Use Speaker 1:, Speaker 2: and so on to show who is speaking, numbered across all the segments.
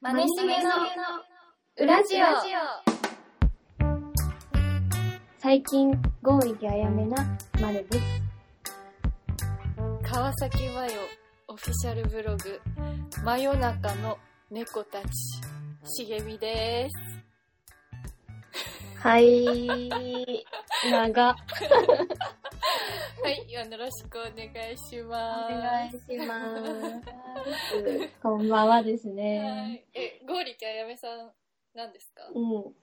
Speaker 1: マネしめのウラジオ
Speaker 2: 最近、ゴーイであやめな、まるです。
Speaker 3: 川崎マヨオフィシャルブログ真夜中の猫たち茂みです
Speaker 2: はい、長。
Speaker 3: はいよろしくお願いし
Speaker 2: お
Speaker 3: ます
Speaker 2: 願いします。こんばんはです
Speaker 3: は
Speaker 2: ね。
Speaker 3: いえゴーリキャやめさんなんですか
Speaker 2: うん。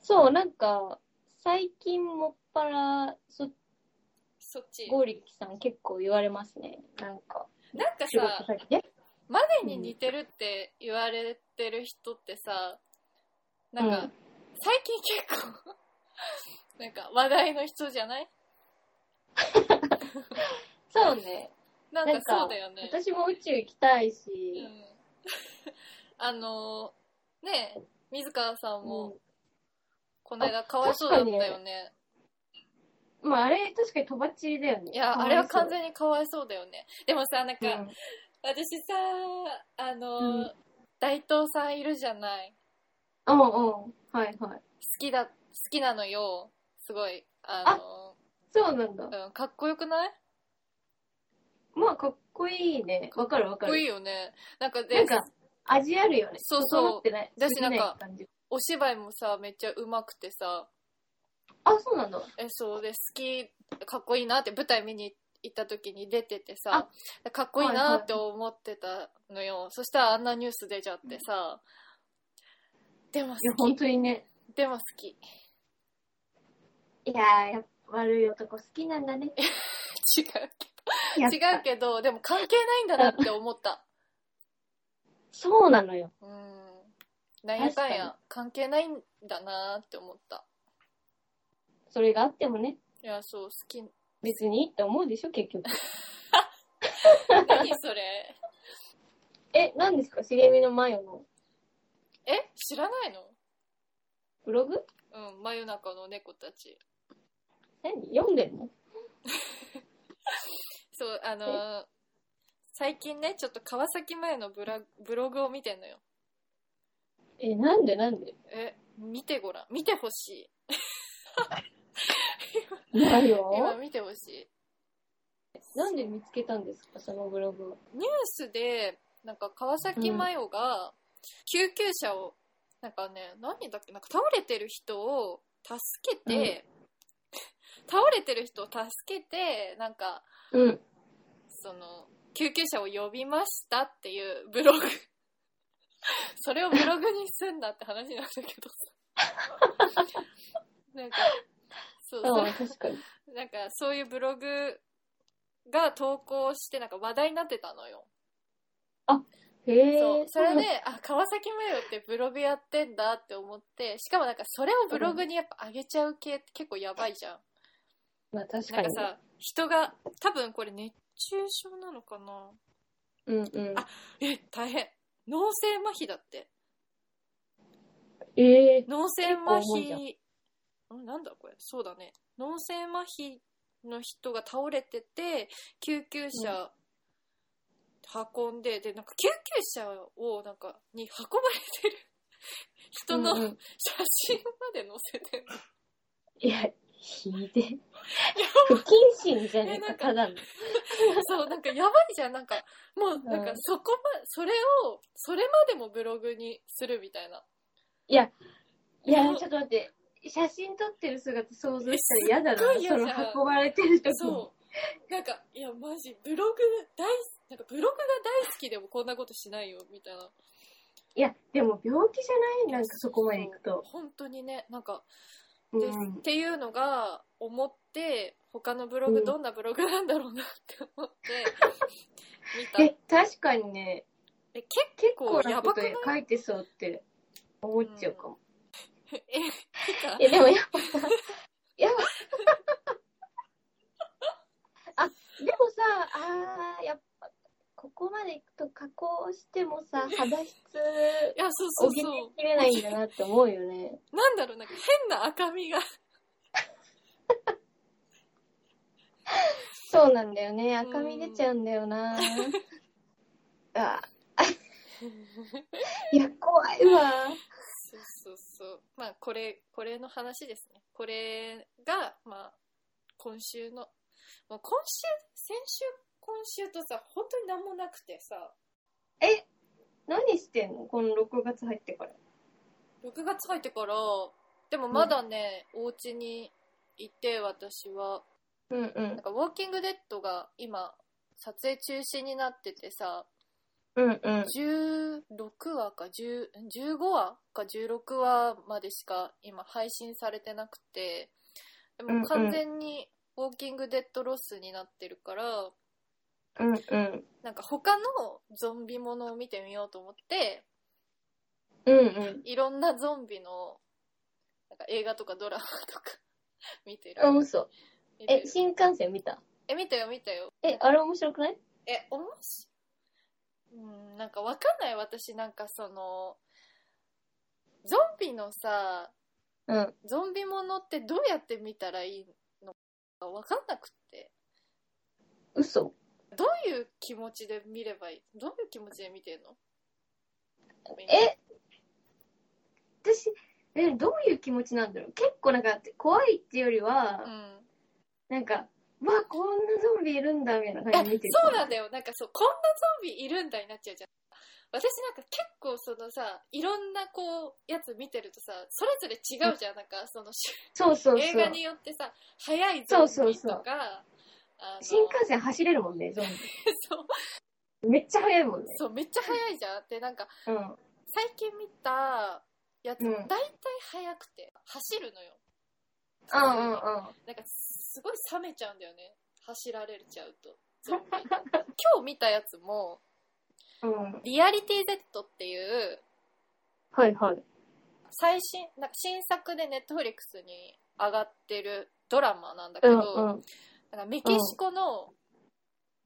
Speaker 2: そう、なんか、最近もっぱら、そ
Speaker 3: そっち
Speaker 2: ゴーリキさん結構言われますね。なんか、
Speaker 3: なんか
Speaker 2: 仕事
Speaker 3: さ
Speaker 2: 先で。
Speaker 3: マネに似てるって言われてる人ってさなんか、
Speaker 2: うん
Speaker 3: 最近結構 なんか話題の人じゃない
Speaker 2: そうね。
Speaker 3: なん
Speaker 2: な
Speaker 3: か
Speaker 2: んか
Speaker 3: そうだよね
Speaker 2: 私も宇宙行きたいし、
Speaker 3: うん、 あのーねえ水川さん
Speaker 2: う
Speaker 3: も
Speaker 2: ん
Speaker 3: この間かわいそうだった
Speaker 2: 確
Speaker 3: よ
Speaker 2: か
Speaker 3: ね
Speaker 2: まあ、あれ、確かにとばっちりだよね。
Speaker 3: いやあれは完全にかわいそうだよねでもさなん
Speaker 2: う
Speaker 3: か、
Speaker 2: ん
Speaker 3: 私さあの
Speaker 2: う
Speaker 3: ー
Speaker 2: ん
Speaker 3: 大東さんいるじゃない
Speaker 2: うんうん。はいはい。
Speaker 3: 好きだ好きなのよすごいあ
Speaker 2: そうなんだ
Speaker 3: の。ーうん、かっこよくない
Speaker 2: まあ、かっこいいね。わかるわか
Speaker 3: かっこ
Speaker 2: る。
Speaker 3: いいよねなんか
Speaker 2: な
Speaker 3: で
Speaker 2: んか、味あるよね。
Speaker 3: そうそう
Speaker 2: 整ってない。
Speaker 3: だしなんか
Speaker 2: すぎい感じ
Speaker 3: お芝居もさめっちゃうまくてさ
Speaker 2: あ、そうなんだ。
Speaker 3: えそうで好きかっこいいなって舞台見に行った時に出ててさかっこいいなって思ってたのよ、そしたらあんなニュース出ちゃってさで
Speaker 2: い
Speaker 3: も
Speaker 2: や、
Speaker 3: 好
Speaker 2: 本
Speaker 3: き
Speaker 2: 当にね。
Speaker 3: でも好き違
Speaker 2: いやー、やっぱ悪い男好きなんだね。
Speaker 3: う
Speaker 2: やっ
Speaker 3: 違
Speaker 2: ぱ
Speaker 3: うけどでも関係ないんだなって思った
Speaker 2: そうなのよ。
Speaker 3: うんなんやか
Speaker 2: 確
Speaker 3: ん
Speaker 2: かに
Speaker 3: や関係ないんだなって思った
Speaker 2: それがあってもね、
Speaker 3: いやそう好き
Speaker 2: 別にいいって思うでしょ、結局。
Speaker 3: 何それ
Speaker 2: え、何ですか茂みのマヨの
Speaker 3: え知らない
Speaker 2: ブログ
Speaker 3: のうん真夜中の猫たち
Speaker 2: 何読んでんの
Speaker 3: そう、あのー最近ね、ちょっと川崎前のブラブログを見てんのよ。
Speaker 2: え、なんでなん で
Speaker 3: え、見てごらん。見てほしい。
Speaker 2: マ
Speaker 3: 今
Speaker 2: ヨ
Speaker 3: 見てほしい。
Speaker 2: なんで見つけたんですかそのブログを。
Speaker 3: ニュースで、なんか川崎麻世が、救急車を、なんかね、何だっけ、なんか倒れてる人を助けて、 倒れてる人を助けて、なんか、
Speaker 2: うん。
Speaker 3: その、救急車を呼びましたっていうブログ。 それをブログにすんだって話なんだけどさ。 なんか、そう、そ
Speaker 2: あ
Speaker 3: れ
Speaker 2: あ、確かに。
Speaker 3: なんかそういうブログが投稿して、なんか話題になってたのよ。
Speaker 2: へえ。
Speaker 3: そう。それで、あ、川崎マヨってブログやってんだって思って、しかもなんかそれをブログにやっぱ上げちゃう系って結構やばいじゃん。
Speaker 2: まあ、確か
Speaker 3: なんか
Speaker 2: に。
Speaker 3: さ、人が、多分これ熱中症なのかな
Speaker 2: うんうん。
Speaker 3: え、大変。脳性麻痺だって。
Speaker 2: ええ。
Speaker 3: 脳性麻
Speaker 2: 結構重いじ
Speaker 3: 痺んなんだこれそうだね脳性麻痺の人が倒れてて救急車運んで、でなんか救急車をなんかに運ばれてる人の
Speaker 2: うんうん
Speaker 3: 写真まで載せてる、
Speaker 2: いや、ひで え。不謹慎じゃねえ
Speaker 3: えな
Speaker 2: か、
Speaker 3: んか
Speaker 2: ただの。
Speaker 3: そうなんかやばいじゃんなんかもうなんか
Speaker 2: うん
Speaker 3: そこまそれをそれまでもブログにするみたいない
Speaker 2: や、ちょっと待って。写真撮ってる姿想像したら嫌だ
Speaker 3: すっごい
Speaker 2: な。
Speaker 3: 嫌
Speaker 2: そ
Speaker 3: じ
Speaker 2: の
Speaker 3: ゃん
Speaker 2: 運ばれてる時に。
Speaker 3: そう。なんか、いや、マジ、ブログ大好き、なんかブログが大好きでもこんなことしないよ、みたいな。
Speaker 2: いや、でも病気じゃないなんかそこまで行くと。
Speaker 3: 本当にね、なんか、
Speaker 2: う
Speaker 3: で
Speaker 2: ん
Speaker 3: っ。ていうのが思って、他のブログ
Speaker 2: うん
Speaker 3: どんなブログなんだろうなって 思って、見た。
Speaker 2: え、確かにね、
Speaker 3: え、結
Speaker 2: 結
Speaker 3: 構
Speaker 2: 構
Speaker 3: や
Speaker 2: な
Speaker 3: ば
Speaker 2: こと
Speaker 3: くない
Speaker 2: 書いてそうって思っちゃうかも。
Speaker 3: 構、え、見た
Speaker 2: いや、でもや っぱさ、やっぱ、あ、でもさ、あー、やっぱ、ここまで行くと加工してもさ、肌質
Speaker 3: いや、そ
Speaker 2: 補
Speaker 3: うそう
Speaker 2: き
Speaker 3: そ
Speaker 2: きれないんだなって思うよね。
Speaker 3: う。なんだろう、なんか変な赤みが。
Speaker 2: そうなんだよね。赤み出ちゃうんだよな。あいや、怖いわ。
Speaker 3: そうそうそう。まあ、これ、これの話ですね。これが、まあ、今週の、まあ、今週、先週、今週とさ、本当に何もなくてさ、
Speaker 2: え、何してんのこの6月入ってから。
Speaker 3: 6月入ってから、でもまだね、お家にいて、私
Speaker 2: う
Speaker 3: は、
Speaker 2: んう
Speaker 3: なん
Speaker 2: ん。
Speaker 3: か、ウォーキングデッドが今、撮影中止になっててさ、
Speaker 2: うんうん。
Speaker 3: 16話か10 15話か16話までしか今配信されてなくてで
Speaker 2: うんう
Speaker 3: も
Speaker 2: ん
Speaker 3: 完全に「ウォーキング・デッド・ロス」になってるから、
Speaker 2: うんうん。
Speaker 3: なんか他のゾンビものを見てみようと思って
Speaker 2: うんうん。
Speaker 3: いろんなゾンビのなんか映画とかドラマとか 見てる
Speaker 2: あ、嘘。
Speaker 3: 見て
Speaker 2: え、
Speaker 3: る
Speaker 2: 新幹線見た
Speaker 3: え見たよ見たよ
Speaker 2: え、あれ面白くない
Speaker 3: え、おもし、うん、なんかわかんない私、なんかその、ゾンビのさ、
Speaker 2: うん。
Speaker 3: ゾンビものってどうやって見たらいいのかわかんなくって。
Speaker 2: 嘘。
Speaker 3: どういう気持ちで見ればいいどういう気持ちで見てんの
Speaker 2: え、私、え、どういう気持ちなんだろう結構なんか、怖いっていうよりは、
Speaker 3: うん。
Speaker 2: なんか、うわ、こんなゾンビいるんだ、みたいな
Speaker 3: え
Speaker 2: 感じで見てる。
Speaker 3: そうなんだよ。なんかそう、こんなゾンビいるんだになっちゃうじゃん。私なんか結構そのさ、いろんなこう、やつ見てるとさ、それぞれ違うじゃん。なんかその、
Speaker 2: そうそうそう。
Speaker 3: 映画によってさ速いゾンビとかあの
Speaker 2: 新幹線走れるもんね、ゾン
Speaker 3: そう
Speaker 2: ビ。めっちゃ速いもんね。
Speaker 3: そうめっちゃ速いじゃんでなんか
Speaker 2: うん。
Speaker 3: 最近見たやつも
Speaker 2: うん
Speaker 3: 大体速くて走るのよ
Speaker 2: うんうんうん。
Speaker 3: なんかすごい冷めちゃうんだよね走られちゃうと ゾンビ今日見たやつも
Speaker 2: うん。
Speaker 3: 「リアリティ Z」っていう
Speaker 2: はいはい。
Speaker 3: 最新なんか新作でネットフリックスに上がってるドラマなんだけ
Speaker 2: う
Speaker 3: ど、
Speaker 2: んうん。
Speaker 3: なんかメキシコの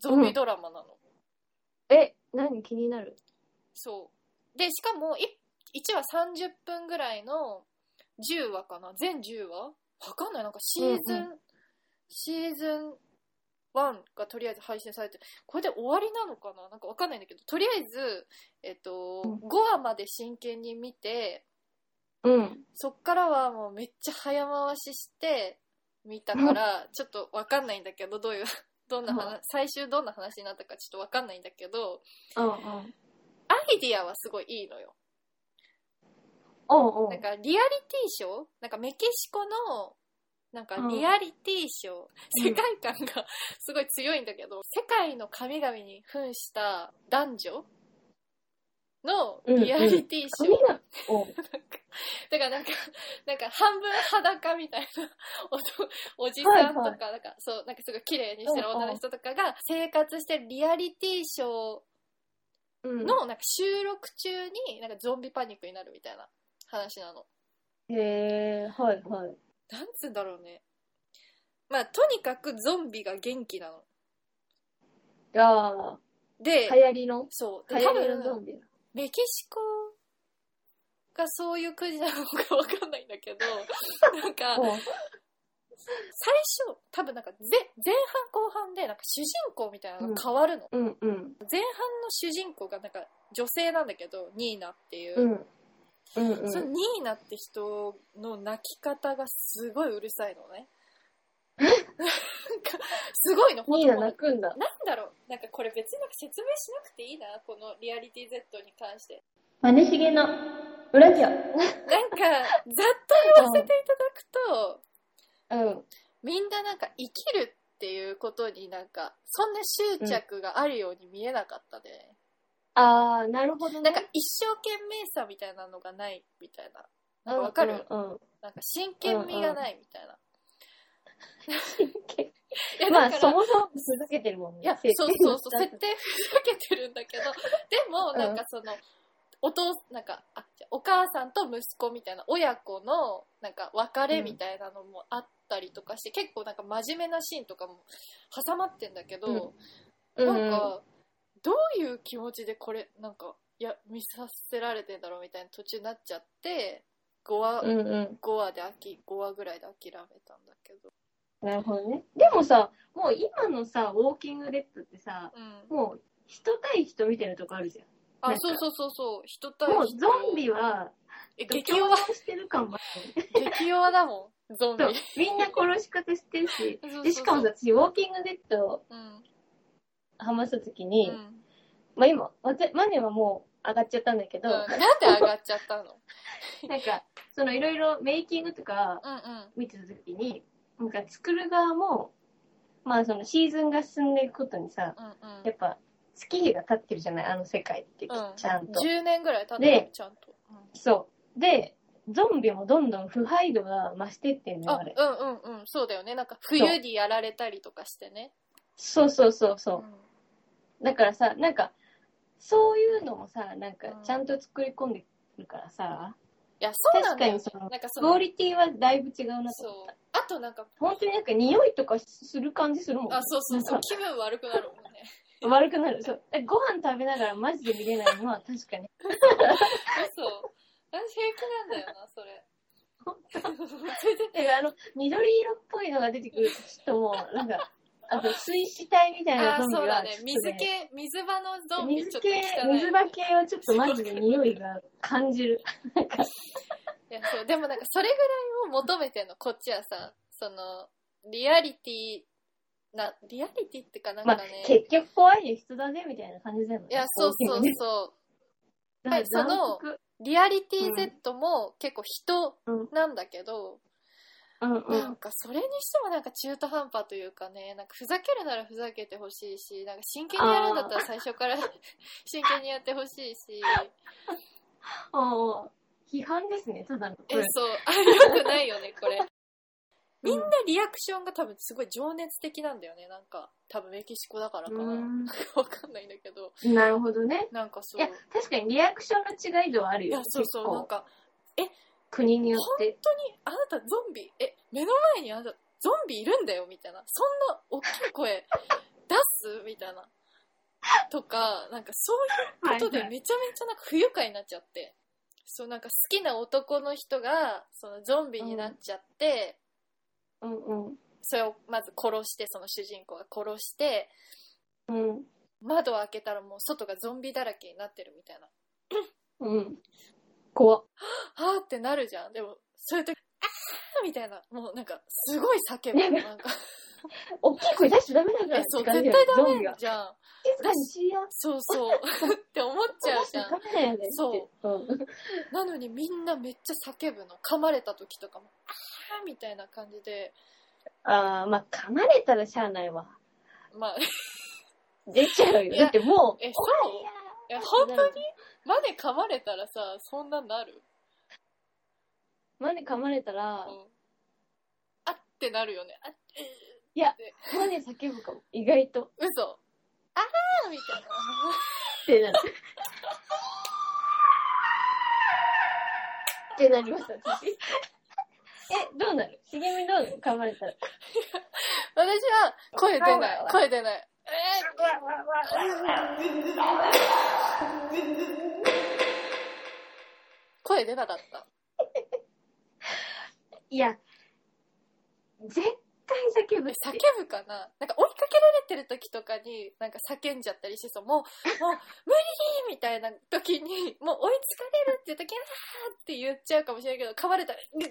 Speaker 3: ゾンビドラマなの、
Speaker 2: え、何気になる
Speaker 3: そう。で、しかも、1話30分ぐらいの10話かな全10話わかんない。なんかシーズン、
Speaker 2: うん
Speaker 3: シーズン1がとりあえず配信されて、これで終わりなのかななんかわかんないんだけど、とりあえず、えっと、
Speaker 2: うん
Speaker 3: 5話まで真剣に見て、
Speaker 2: うん。
Speaker 3: そっからはもうめっちゃ早回しして見たから、ちょっとわかんないんだけど、どういう、どんな
Speaker 2: う
Speaker 3: 話、最終どんな話になったかちょっとわかんないんだけど、
Speaker 2: うんうん。
Speaker 3: アイディアはすごいいいのよ。
Speaker 2: おうおう
Speaker 3: なん。かリアリティショーなんかメキシコのなんかリアリティショー、世界観が すごい強いんだけど世界の神々に扮した男女のリアリティショー、
Speaker 2: 髪が、おう
Speaker 3: だからなんか なんか半分裸みたいな おおじさんとか,、
Speaker 2: はいは
Speaker 3: なんかそうなんかすごい綺麗にしてる女の人とかが生活してるリアリティショー
Speaker 2: うん。
Speaker 3: のなんか収録中になんかゾンビパニックになるみたいな話なの。
Speaker 2: へー、はいはい。
Speaker 3: なんつうんだろうね。まあ、とにかくゾンビが元気なの。
Speaker 2: あ
Speaker 3: で、
Speaker 2: ー、流行りの
Speaker 3: そう。
Speaker 2: 流
Speaker 3: で多
Speaker 2: 行りのゾ
Speaker 3: 分、
Speaker 2: ンビ。
Speaker 3: メキシコがそういう国なのかわかんないんだ けど、なんか、
Speaker 2: おう
Speaker 3: 最初、多分なんかぜ、前半後半で、なんか主人公みたいなのが変わるの。
Speaker 2: うんうん。
Speaker 3: 前半の主人公がなんか女性なんだけど、ニーナっていうう。
Speaker 2: ん。うんう
Speaker 3: その
Speaker 2: ん。
Speaker 3: ニーナって人の泣き方がすごいうるさい のね。なんか、すごいの、
Speaker 2: ニー
Speaker 3: ほん
Speaker 2: ナ
Speaker 3: と
Speaker 2: 泣くんだ。
Speaker 3: なんだろうなんかこれ別になんか説明しなくていいなこのリアリティ Z に関して
Speaker 2: マネしげの裏ジオ。
Speaker 3: なんかざっと言わせていただくと
Speaker 2: うん。
Speaker 3: みんななんか生きるっていうことになんかそんな執着があるように見えなかったね、
Speaker 2: あー、なるほどね。
Speaker 3: なんか一生懸命さみたいなのがないみたいななんかわかる、
Speaker 2: うんうんうん。
Speaker 3: なんか真剣味がないみたいな、いや
Speaker 2: ま
Speaker 3: だ
Speaker 2: あ、
Speaker 3: から
Speaker 2: そもそも続けてるもんね。
Speaker 3: いや、そ
Speaker 2: 設
Speaker 3: う
Speaker 2: 定
Speaker 3: そうそう、設定ふざけてるんだけど、 でも、なんかその、お父、なんか、あ、じゃあお母さんと息子みたいな、親子の、なんか、別れみたいなのもあったりとかして、結構なんか真面目なシーンとかも挟まってんだけど、
Speaker 2: うん
Speaker 3: なんか、どういう気持ちでこれ、なんか、いや、見させられてんだろうみたいな途中になっちゃって、5話、
Speaker 2: うんう
Speaker 3: 5話で飽き、5話ぐらいで諦めたんだけど。
Speaker 2: ん。なるほどね。でもさ、もう今のさ、ウォーキングデッドってさ、
Speaker 3: うん。
Speaker 2: もう人対人みたいなとこあるじゃん。
Speaker 3: あ
Speaker 2: なんか
Speaker 3: そうそうそうそう人対人
Speaker 2: もうゾンビは、
Speaker 3: え激
Speaker 2: 激
Speaker 3: 弱
Speaker 2: 弱してる感もある。
Speaker 3: 激弱だもんゾンビ
Speaker 2: そう、みんな殺し方してるし。
Speaker 3: そうそうそう
Speaker 2: で、しかも私、ウォーキングデッド
Speaker 3: うん
Speaker 2: ハマった時
Speaker 3: う
Speaker 2: に、
Speaker 3: ん
Speaker 2: まあ今、わたマネはもう上がっちゃったんだけ
Speaker 3: う
Speaker 2: ど、
Speaker 3: ん、なんで上がっちゃったの
Speaker 2: なんか、そのいろいろメイキングとか
Speaker 3: うんうん
Speaker 2: 見てた時に、なんか作る側も、まあそのシーズンが進んでいくことにさ、
Speaker 3: うんうん
Speaker 2: やっぱ月日が経ってるじゃない、あの世界って、
Speaker 3: うん
Speaker 2: ちゃんと。
Speaker 3: 10年ぐらい経ってる
Speaker 2: で
Speaker 3: ちゃんと、うん
Speaker 2: そう。で、ゾンビもどんどん腐敗度が増してってんのよ、
Speaker 3: あ
Speaker 2: あれ。
Speaker 3: うんうんうんそうだよねなんか冬にやられたりとかしてね
Speaker 2: そうそうそう
Speaker 3: う
Speaker 2: そ
Speaker 3: ん
Speaker 2: う。だからさ、なんか、そういうのもさ、なんか
Speaker 3: うん
Speaker 2: ちゃんと作り込んでるからさ、
Speaker 3: いやそうなん
Speaker 2: 確か
Speaker 3: だよ
Speaker 2: にその、
Speaker 3: なんかそ
Speaker 2: クオ
Speaker 3: の
Speaker 2: リティはだいぶ違うなと思
Speaker 3: そ
Speaker 2: っ
Speaker 3: う
Speaker 2: た。
Speaker 3: あとなんか
Speaker 2: 本当になんか匂いとかする感じするもん。
Speaker 3: あそうそうそ
Speaker 2: な
Speaker 3: う
Speaker 2: か
Speaker 3: ん気分悪くなるもんね
Speaker 2: 悪くなる。そう。えご飯食べながらマジで見れないのは確かに。
Speaker 3: 嘘私平気なんだよなそれ 全然
Speaker 2: え、あの、緑色っぽいのが出てくると、ちょっともう、なん か、あと、水死体みたいな
Speaker 3: あ
Speaker 2: ゾンビ
Speaker 3: そう
Speaker 2: は
Speaker 3: だ
Speaker 2: ちょっ
Speaker 3: ね
Speaker 2: と、
Speaker 3: 水
Speaker 2: ね、
Speaker 3: 系水場のゾンビ
Speaker 2: 水
Speaker 3: ちょっと汚い
Speaker 2: 系、水場系はちょっとマジで匂いが感じる。
Speaker 3: いやそうでもなんかそれぐらいを求めてんのこっちはさそのリアリティなリアリティってかなんか
Speaker 2: まあ
Speaker 3: ね、、
Speaker 2: 結局怖い人だね、みたいな感じだよね。
Speaker 3: いやそうそうそ
Speaker 2: だから
Speaker 3: その
Speaker 2: 残酷
Speaker 3: うリアリティ Z も結構人なんだけど、
Speaker 2: うんう
Speaker 3: なん
Speaker 2: ん。
Speaker 3: かそれにしてもなんか中途半端というかねなんかふざけるならふざけてほしいしなんか真剣にやるんだったら最初から 真剣にやってほし いし
Speaker 2: ああ、批判ですね、ただの。こ
Speaker 3: え
Speaker 2: れ
Speaker 3: そうあよくないよねこれみんなリアクションが多分すごい情熱的なんだよねなんか多分メキシコだからかな、
Speaker 2: うん
Speaker 3: わかんないんだけど
Speaker 2: なるほどね。
Speaker 3: なんかそ
Speaker 2: いう
Speaker 3: い
Speaker 2: や、確かにリアクションの違い度はあるよ。
Speaker 3: やそうそうなん
Speaker 2: 結構
Speaker 3: か
Speaker 2: 国によって。
Speaker 3: あなたゾンビえ目の前にあなたゾンビいるんだよみたいなそんな大き い声出すみたいなとかなんかそういうことで
Speaker 2: はいはい
Speaker 3: めちゃめちゃなんか不愉快になっちゃってそうなんか好きな男の人がそのゾンビになっちゃって、
Speaker 2: うんうん。
Speaker 3: それをまず殺してその主人公が殺して
Speaker 2: うん。
Speaker 3: 窓を開けたらもう外がゾンビだらけになってるみたいな
Speaker 2: うん。怖っ。
Speaker 3: あーってなるじゃんでもそういう時あーみたいなもうなんかすごい叫ぶなんか
Speaker 2: 大きい声出しちゃダメなんだ
Speaker 3: え
Speaker 2: よ。
Speaker 3: そう
Speaker 2: って感
Speaker 3: 絶
Speaker 2: じ
Speaker 3: 対
Speaker 2: だよ
Speaker 3: ダ
Speaker 2: ゾンビ
Speaker 3: メ
Speaker 2: は。
Speaker 3: じゃん
Speaker 2: 静かにしよう。
Speaker 3: そうそう って思っちゃうじゃん
Speaker 2: ダメだよねって。
Speaker 3: そ
Speaker 2: うん。
Speaker 3: なのにみんなめっちゃ叫ぶの噛まれた時とかもあーみたいな感じで
Speaker 2: ああ、まあ、噛まれたらしゃあないわ。
Speaker 3: まあ
Speaker 2: 出ちゃう
Speaker 3: い
Speaker 2: よ。
Speaker 3: や
Speaker 2: だってもう、
Speaker 3: えそういや本当にまで噛まれたらさそんななる、
Speaker 2: マネ噛まれた
Speaker 3: うん
Speaker 2: ら、、
Speaker 3: あってなるよねあえ
Speaker 2: マネ叫ぶかも。意外と。
Speaker 3: ー嘘あーみたいな
Speaker 2: ってなる。ってなりました、私。え、どうなる茂みどうなる噛まれたら。
Speaker 3: 私は声出
Speaker 2: わ
Speaker 3: な
Speaker 2: わ
Speaker 3: い
Speaker 2: わわ
Speaker 3: 声出ないえー声出なかった
Speaker 2: いや、絶対叫ぶ
Speaker 3: え
Speaker 2: って。
Speaker 3: 叫ぶかななんか追いかけられてる時とかになんか叫んじゃったりしてそうもうもう無理みたいな時にもう追いつかれるっていう時はあーって言っちゃうかもしれないけど噛まれたらぐっ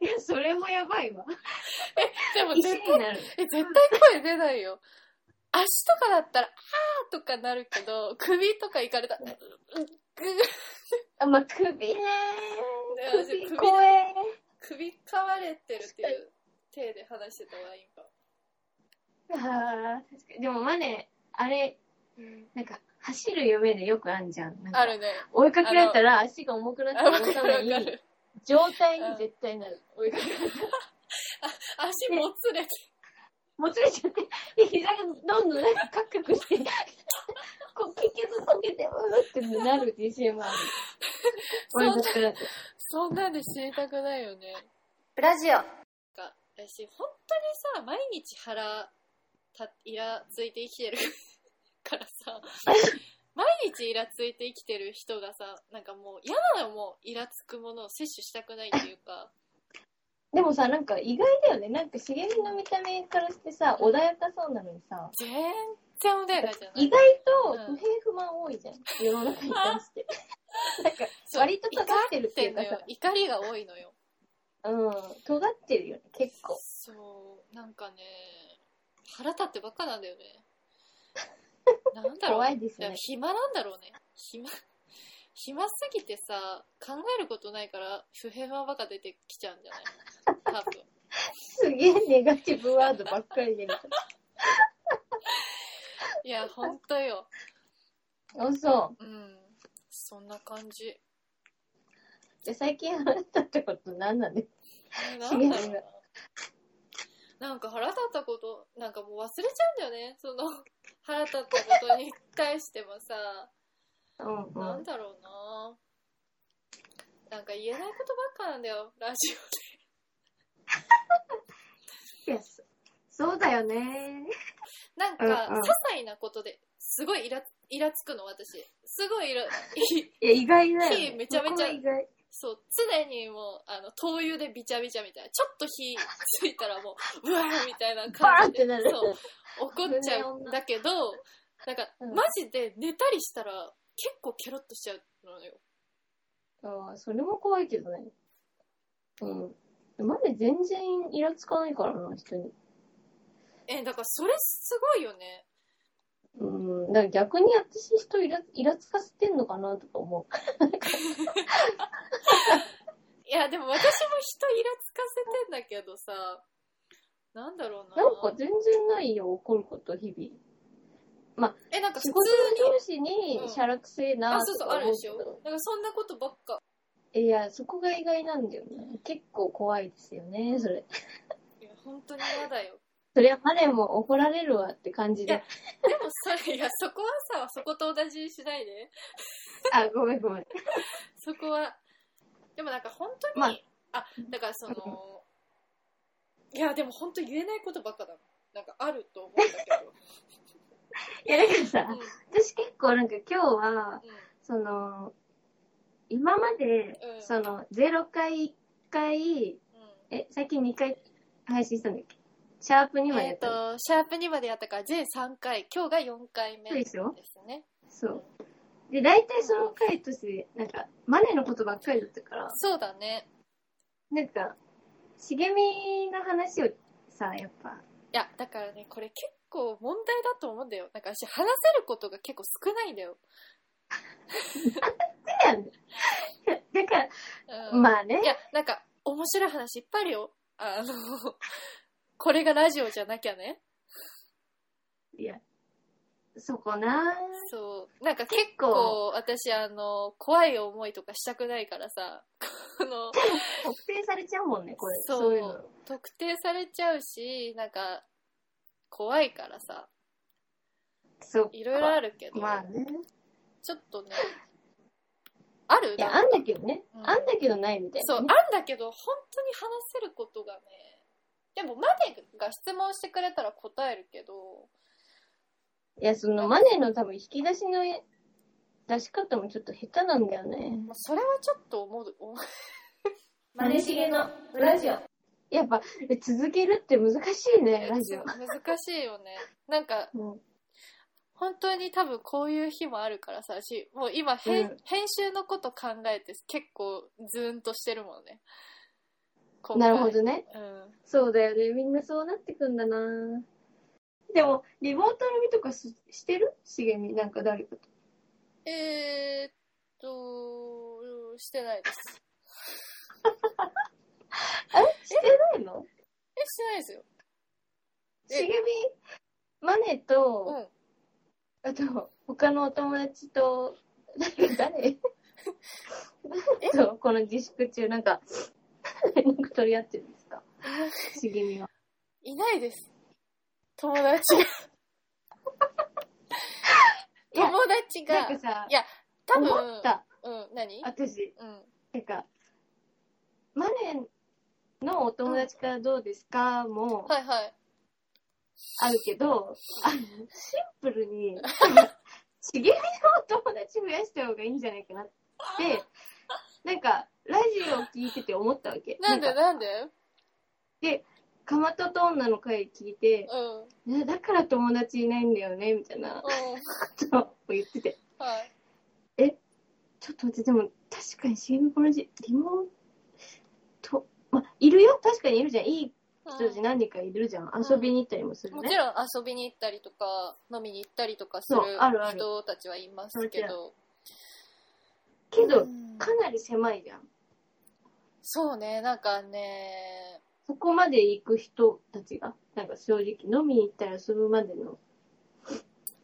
Speaker 2: いや、それもやば いわ。
Speaker 3: でも
Speaker 2: 石
Speaker 3: 絶対
Speaker 2: になる。
Speaker 3: え絶対声出ないよ足とかだったら「あー」とかなるけど首とかいかれたら「うっぐっ
Speaker 2: あ、まあ、首ね
Speaker 3: 私首
Speaker 2: 首怖え。
Speaker 3: 首噛まれてるっていう手で話してたわ今、
Speaker 2: ああ、確かに。でも、マネ、あれ、なんか、走る夢でよくあんじゃん。なんか
Speaker 3: あるね
Speaker 2: 追いかけられたら足が重くな
Speaker 3: あわ
Speaker 2: って
Speaker 3: かる
Speaker 2: 動
Speaker 3: わ
Speaker 2: か
Speaker 3: か
Speaker 2: ない
Speaker 3: る
Speaker 2: 状態に絶対なる。追いかけられたら
Speaker 3: 足もつれて
Speaker 2: もつれちゃって、膝がどんどんなんかカクカクして、こう、結局こけて、うーってなる自信もある。
Speaker 3: そんな
Speaker 2: 追いかけられたら
Speaker 3: そんなんで知りたくないよね。ブラジオ。か私、本当にさ、毎日腹た、イラついて生きてる からさ、毎日イラついて生きてる人がさ、なんかもう嫌なのもうイラつくものを摂取したくないっていうか、
Speaker 2: でもさ、なんか意外だよね。なんか茂みの見た目からしてさ、穏やかそうなのにさ、
Speaker 3: 全然穏やかじゃない
Speaker 2: 意外と
Speaker 3: う
Speaker 2: 不
Speaker 3: ん
Speaker 2: 平不満多いじゃん。世の中に対して。なんか、
Speaker 3: そう
Speaker 2: 割と尖ってるっていうか
Speaker 3: 怒
Speaker 2: さ
Speaker 3: のよ怒りが多いのよ
Speaker 2: うん、尖ってるよね、結構。
Speaker 3: そうなんかね腹立ってばっかなん だよねなんだろう
Speaker 2: 怖いです
Speaker 3: いや
Speaker 2: ね。
Speaker 3: 暇なんだろうね暇 暇すぎてさ考えることないから不平不満ばっか出てきちゃうんじゃない多分
Speaker 2: すげえネガティブワードばっかり出る。
Speaker 3: いや本当よ
Speaker 2: あ、そう。
Speaker 3: うんそんな感じ
Speaker 2: じゃあ最近話したってこと何なんです
Speaker 3: えなんだろ
Speaker 2: 違
Speaker 3: う
Speaker 2: う
Speaker 3: ななんか腹立ったことなんかもう忘れちゃうんだよねその 腹立ったことに対してもさ
Speaker 2: かうんう
Speaker 3: なん
Speaker 2: ん。
Speaker 3: だろうななんか言えないことばっかなんだよラジ
Speaker 2: いや、そそうだよね。
Speaker 3: オなんか、
Speaker 2: うんうん
Speaker 3: 些細なことですごいイライラつくの私すごいイラ
Speaker 2: いや、意外だよ、
Speaker 3: 火
Speaker 2: ね。
Speaker 3: めちゃめち
Speaker 2: そこ
Speaker 3: ゃ
Speaker 2: が意外。
Speaker 3: そう、常にもう、あの、灯油でビチャビチャみたいな。ちょっと火ついたらもう、うわーみたいな
Speaker 2: バーン
Speaker 3: 感
Speaker 2: っ
Speaker 3: じ
Speaker 2: て
Speaker 3: で
Speaker 2: な、る。
Speaker 3: そう、怒っちゃうんだけど、なんか、
Speaker 2: うん
Speaker 3: マジで寝たりしたら、結構ケロッとしちゃうのよ。
Speaker 2: ああ、それも怖いけどね。うん。まだ全然イラつかないからな、人に。
Speaker 3: え、だからそれすごいよね。
Speaker 2: うん。だから逆に私人イライラつかせてんのかなとか思う。
Speaker 3: いや、でも私も人イラつかせてんだけどさ、なんだろうな。
Speaker 2: なんか全然ないよ、怒ること、日々。
Speaker 3: え、なんか普通
Speaker 2: 仕事、
Speaker 3: に
Speaker 2: の上司に
Speaker 3: うん
Speaker 2: しゃらくせえな
Speaker 3: あ、
Speaker 2: と
Speaker 3: そうそう、
Speaker 2: か
Speaker 3: ある
Speaker 2: 思
Speaker 3: で
Speaker 2: う
Speaker 3: し
Speaker 2: け
Speaker 3: ょ。
Speaker 2: ど。
Speaker 3: なんかそんなことばっか。
Speaker 2: いや、そこが意外なんだよね。結構怖いですよね、それ。
Speaker 3: いや、本当に嫌だよ。
Speaker 2: そりゃ彼も怒られるわって感じ
Speaker 3: いや
Speaker 2: で。
Speaker 3: でもそれ、いや、そこはさ、そこと同じにしないで。
Speaker 2: あ、ごめんごめん。
Speaker 3: そこは、でもなんか本当に、
Speaker 2: まあ
Speaker 3: あ、だからその、いや、でも本当言えないことばっかだもん。なんかあると思うんだけど。
Speaker 2: いや、だからさ
Speaker 3: うん、、
Speaker 2: 私結構なんか今日は、
Speaker 3: う
Speaker 2: その、今まで、
Speaker 3: うん
Speaker 2: その、0回、1回、
Speaker 3: ん、うん。
Speaker 2: え、最近2回配信したんだっけシャープ2まで
Speaker 3: え
Speaker 2: や
Speaker 3: っ、
Speaker 2: ったの、
Speaker 3: と、シャープ2までやったから、全3回、今日が4回目
Speaker 2: そう
Speaker 3: で
Speaker 2: ですしょ
Speaker 3: ね。
Speaker 2: そう。で、大体その回として、なんか、マネのことばっかりだったから、
Speaker 3: そうだね。
Speaker 2: なんか、茂みの話をさ、やっぱ、
Speaker 3: いや、だからね、これ結構問題だと思うんだよ。なんか私、話せることが結構少ないんだよ。
Speaker 2: だよね だか
Speaker 3: う
Speaker 2: ら、
Speaker 3: ん、
Speaker 2: まあね
Speaker 3: い、や、なんか、面白い話いっぱいあるよ。あの、これがラジオじゃなきゃね。
Speaker 2: いや、そこな
Speaker 3: そう。なんか結構、
Speaker 2: 結
Speaker 3: 私、あの、怖い思いとかしたくないからさ、この、
Speaker 2: 特定されちゃうもんね、これ。
Speaker 3: そう
Speaker 2: そういうの。
Speaker 3: 特定されちゃうし、なんか、怖いからさ、
Speaker 2: そう。
Speaker 3: いろいろあるけど、
Speaker 2: まあね。
Speaker 3: ちょっとね、ある
Speaker 2: いや、あん
Speaker 3: なんか
Speaker 2: だけどね。
Speaker 3: うん
Speaker 2: あんだけどないみたい
Speaker 3: そう、
Speaker 2: な
Speaker 3: あ
Speaker 2: ね、
Speaker 3: んだけど、本当に話せることがね、でも、マネが質問してくれたら答えるけど、
Speaker 2: いや、そのマネの多分引き出しの出し方もちょっと下手なんだよね。
Speaker 3: まあそれはちょっと 思う、思う
Speaker 1: マネしげのラジオ。
Speaker 2: やっぱ、続けるって難しい ね、ラジオ。
Speaker 3: 難しいよね。なんか、
Speaker 2: も
Speaker 3: 本当に多分こういう日もあるからさしもう今編,、
Speaker 2: うん
Speaker 3: 編集のこと考えて結構ズーンとしてるもんね
Speaker 2: うなるほ、どね。
Speaker 3: 今回うん、
Speaker 2: そうだよね。みんなそうなってくんだなでも、リモート飲みとかししてる茂み、なんか誰かと。
Speaker 3: えー、っとしてないです
Speaker 2: えしてないの
Speaker 3: えしてないですよえ
Speaker 2: 茂み、マネ
Speaker 3: う
Speaker 2: と、
Speaker 3: ん
Speaker 2: あと、他のお友達と、 誰 誰誰と、この自粛中、なんか、連絡取り合ってるんですか茂みは。
Speaker 3: いないです友達が
Speaker 2: いや
Speaker 3: 友達
Speaker 2: なん
Speaker 3: が
Speaker 2: かさ、
Speaker 3: いや多分
Speaker 2: 思った、
Speaker 3: うん何
Speaker 2: 私。
Speaker 3: うん
Speaker 2: なんか、マネのお友達からどうですかも
Speaker 3: はいはい
Speaker 2: あるけど、あのシンプルに、茂みのお友達増やした方がいいんじゃないかなって、なんか、ラジオを聞いてて思ったわけ。
Speaker 3: なんで
Speaker 2: か
Speaker 3: なんで
Speaker 2: で、かまとと女の声聞いて、
Speaker 3: うん。うん。
Speaker 2: ねだから友達いないんだよね、みたいなことを言ってて。
Speaker 3: はい。
Speaker 2: ちょっと待って、でも確かに CM このじ、リモート、ま、いるよ確かにいるじゃん。いい人たち何人かいるじゃん。
Speaker 3: ん
Speaker 2: 遊びに行ったりもする
Speaker 3: もち
Speaker 2: ね。
Speaker 3: ろん遊びに行ったりとか、飲みに行ったりとかする
Speaker 2: そうあるある
Speaker 3: 人たちはいますけど。
Speaker 2: けど
Speaker 3: う、ん
Speaker 2: かなり狭いじゃん。
Speaker 3: そうね、なんかね、
Speaker 2: そこまで行く人たちが、なんか正直、飲みに行ったり遊ぶまでの。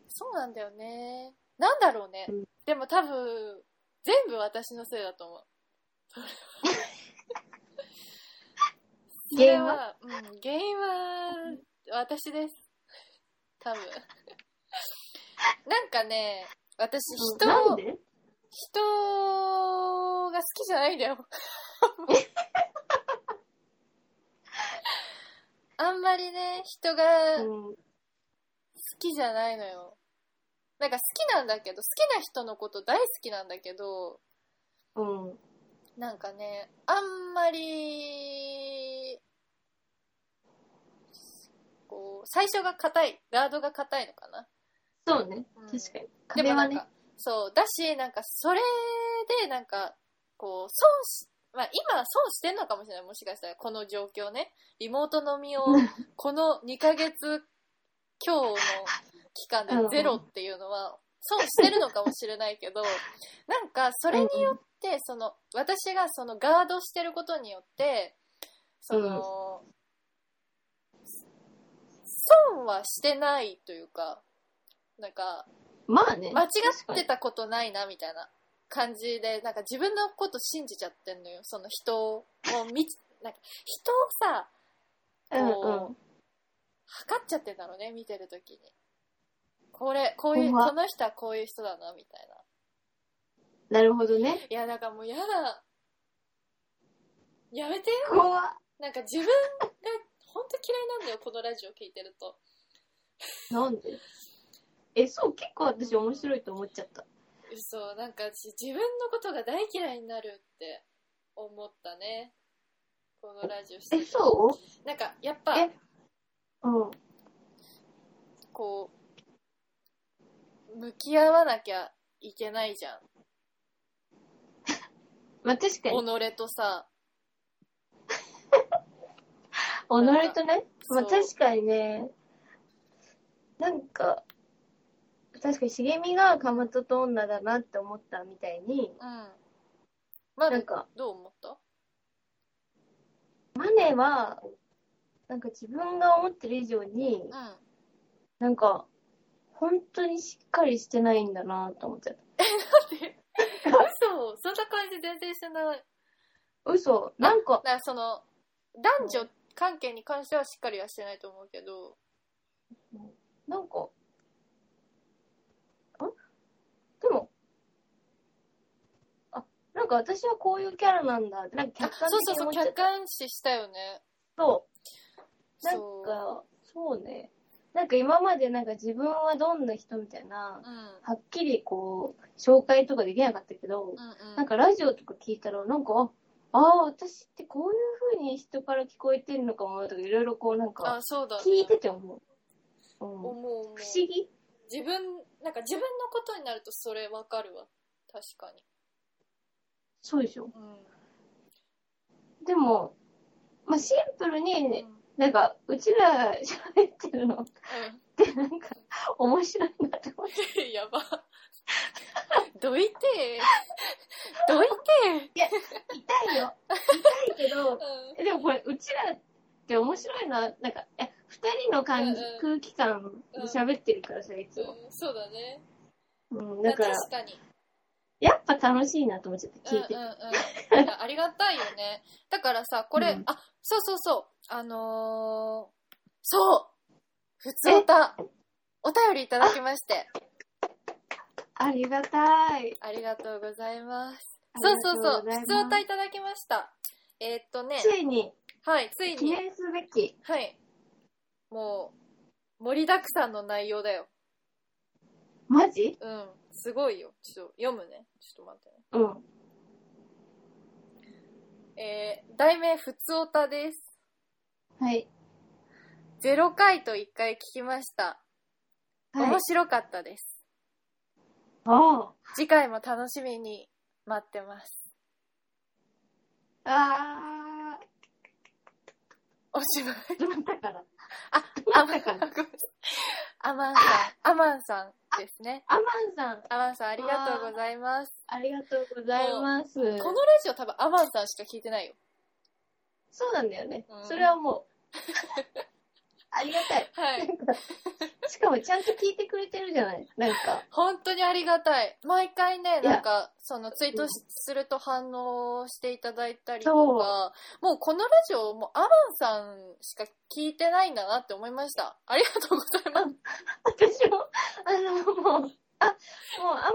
Speaker 3: そうなんだよね。なんだろうね。
Speaker 2: うん
Speaker 3: でも多分、全部私のせいだと思う。それは、うん、原因は、私です。多分。なんかね、私人
Speaker 2: な
Speaker 3: を
Speaker 2: ん、で
Speaker 3: 人が好きじゃないんだ よ。あんまりね、人が好
Speaker 2: うん
Speaker 3: きじゃないのよ。なんか好きなんだけど、好きな人のこと大好きなんだけど、
Speaker 2: うん。
Speaker 3: なんかね、あんまり、こう、最初が硬い、ガードが硬いのかな。
Speaker 2: そうね。
Speaker 3: うん
Speaker 2: 確かに。
Speaker 3: で
Speaker 2: 壁
Speaker 3: もな
Speaker 2: は
Speaker 3: ん
Speaker 2: ね
Speaker 3: か、。そう、だし、なんか、それで、なんか、こう、損し、まあ、今、損してんのかもしれない。もしかしたら、この状況ね。リモート飲みを、この2ヶ月、今日の期間でゼロっていうのは、損してるのかもしれないけど、 なんか、それによって、その、私が、その、ガードしてることによって、その、損はしてないというか、なんか、
Speaker 2: まあね。
Speaker 3: 間違ってたことないなみたいな感じでなんか自分のこと信じちゃってんのよその人を見つなんか人をさ
Speaker 2: うんうん。
Speaker 3: 測っちゃってんだろうね見てる時にこれこういう
Speaker 2: 怖っ
Speaker 3: この人はこういう人だなみたいな
Speaker 2: なるほどね。
Speaker 3: いやなんかもうやだやめてよ
Speaker 2: 怖っ
Speaker 3: なんか自分が本当嫌いなんだよこのラジオ聞いてると
Speaker 2: なんでえ、そう、結構私面白いと思っちゃった。
Speaker 3: 嘘なんか私自分のことが大嫌いになるって思ったねこのラジオして
Speaker 2: え、そ
Speaker 3: なんかやっぱ
Speaker 2: えううん。
Speaker 3: こう向き合わなきゃいけないじゃん
Speaker 2: まあ、確かに、
Speaker 3: 己とさ
Speaker 2: 己とね。
Speaker 3: そ
Speaker 2: ま
Speaker 3: う
Speaker 2: あ、確かにね。なんか、確かに茂みがかまとと女だなって思ったみたいに、
Speaker 3: うんま
Speaker 2: な
Speaker 3: る
Speaker 2: んか
Speaker 3: どう思った
Speaker 2: マネは、なんか自分が思ってる以上に、
Speaker 3: うん
Speaker 2: なんか、本当にしっかりしてないんだなと思っちゃっ
Speaker 3: 嘘そんな感じ全然してない
Speaker 2: た。嘘なん
Speaker 3: だ
Speaker 2: か、
Speaker 3: からその男女関係に関してはしっかりはしてないと思うけど
Speaker 2: なんか、あでも、あ、なんか私はこういうキャラなんだって、なんか
Speaker 3: あ
Speaker 2: 客
Speaker 3: そ
Speaker 2: 観
Speaker 3: うそう
Speaker 2: 的に
Speaker 3: そ
Speaker 2: 思
Speaker 3: う
Speaker 2: っちゃ
Speaker 3: 客
Speaker 2: った。
Speaker 3: 観視したよね
Speaker 2: そう。なん
Speaker 3: そう
Speaker 2: か、そうね。なんか今までなんか自分はどんな人みたいな、
Speaker 3: うん
Speaker 2: はっきりこう、紹介とかできなかったけど、
Speaker 3: うんうん
Speaker 2: なんかラジオとか聞いたら、なんか、あ、あー私ってこういう風に人から聞こえてるのかもとか、いろいろこうなん
Speaker 3: あ
Speaker 2: か、
Speaker 3: そうだ、ね、
Speaker 2: 聞いてて思う。うん、
Speaker 3: 思
Speaker 2: 不
Speaker 3: う
Speaker 2: 思
Speaker 3: 思う
Speaker 2: 議
Speaker 3: 自分なんか自分のことになるとそれわかるわ確かに
Speaker 2: そうでしょ。
Speaker 3: うん
Speaker 2: でも、まあ、シンプル
Speaker 3: うん
Speaker 2: に、なんか、うちら喋ってるのって、なんか、面白いなって思って。
Speaker 3: うん やばどいてどいて
Speaker 2: 痛いよ。痛いけど、
Speaker 3: う
Speaker 2: えでもこれ、うちらって面白いな、なんか、え、二人の感じ、
Speaker 3: うんうん
Speaker 2: 空気感で喋ってるからさ、いつも。
Speaker 3: ん、うん、そうだね
Speaker 2: うん、だから、
Speaker 3: 確かに
Speaker 2: やっぱ楽しいなと思っちゃって、聞いてて
Speaker 3: うん。うんうん、いやありがたいよねだからさこれ、
Speaker 2: うん
Speaker 3: あそうそうそうあのー、そう普通おたお便りいただきまして
Speaker 2: ありがたい。
Speaker 3: ありがとうございます
Speaker 2: あり
Speaker 3: そう
Speaker 2: がと
Speaker 3: そうそう
Speaker 2: うござい
Speaker 3: 普
Speaker 2: ます
Speaker 3: 通おたいただきましたえーっとね
Speaker 2: ついに、
Speaker 3: はいつい
Speaker 2: 記
Speaker 3: に
Speaker 2: 念すべき。
Speaker 3: はいもう盛りだくさんの内容だよ
Speaker 2: マジ
Speaker 3: うんすごいよちょっと読むねちょっと待ってね
Speaker 2: うん。
Speaker 3: えー、題名、ふつおたです。
Speaker 2: はい。
Speaker 3: 0回と1回聞きました。
Speaker 2: はい
Speaker 3: 面。白かったです。
Speaker 2: あ
Speaker 3: 次回も楽しみに待ってます。
Speaker 2: あ。ああ。
Speaker 3: おしまい。
Speaker 2: どなたから。
Speaker 3: あ、アマンさん。アマンさん。アマンさんですね。
Speaker 2: アマンさん、
Speaker 3: アマンさん、ありがとうございます。
Speaker 2: ありがとうございます。
Speaker 3: このラジオ多分アマンさんしか聞いてないよ。
Speaker 2: そうなんだよね。
Speaker 3: うん
Speaker 2: それはも う。ありがたい。
Speaker 3: はい。
Speaker 2: しかもちゃんと聞いてくれてるじゃないなんか。
Speaker 3: 本当にありがたい。毎回ね、
Speaker 2: いや
Speaker 3: なんか、そのツイートしすると反応していただいたりと
Speaker 2: そう
Speaker 3: か、もうこのラジオ、もうアマンさんしか聞いてないんだなって思いました。ありがとうございます。
Speaker 2: 私も、あの、もう、あ、もう、アマン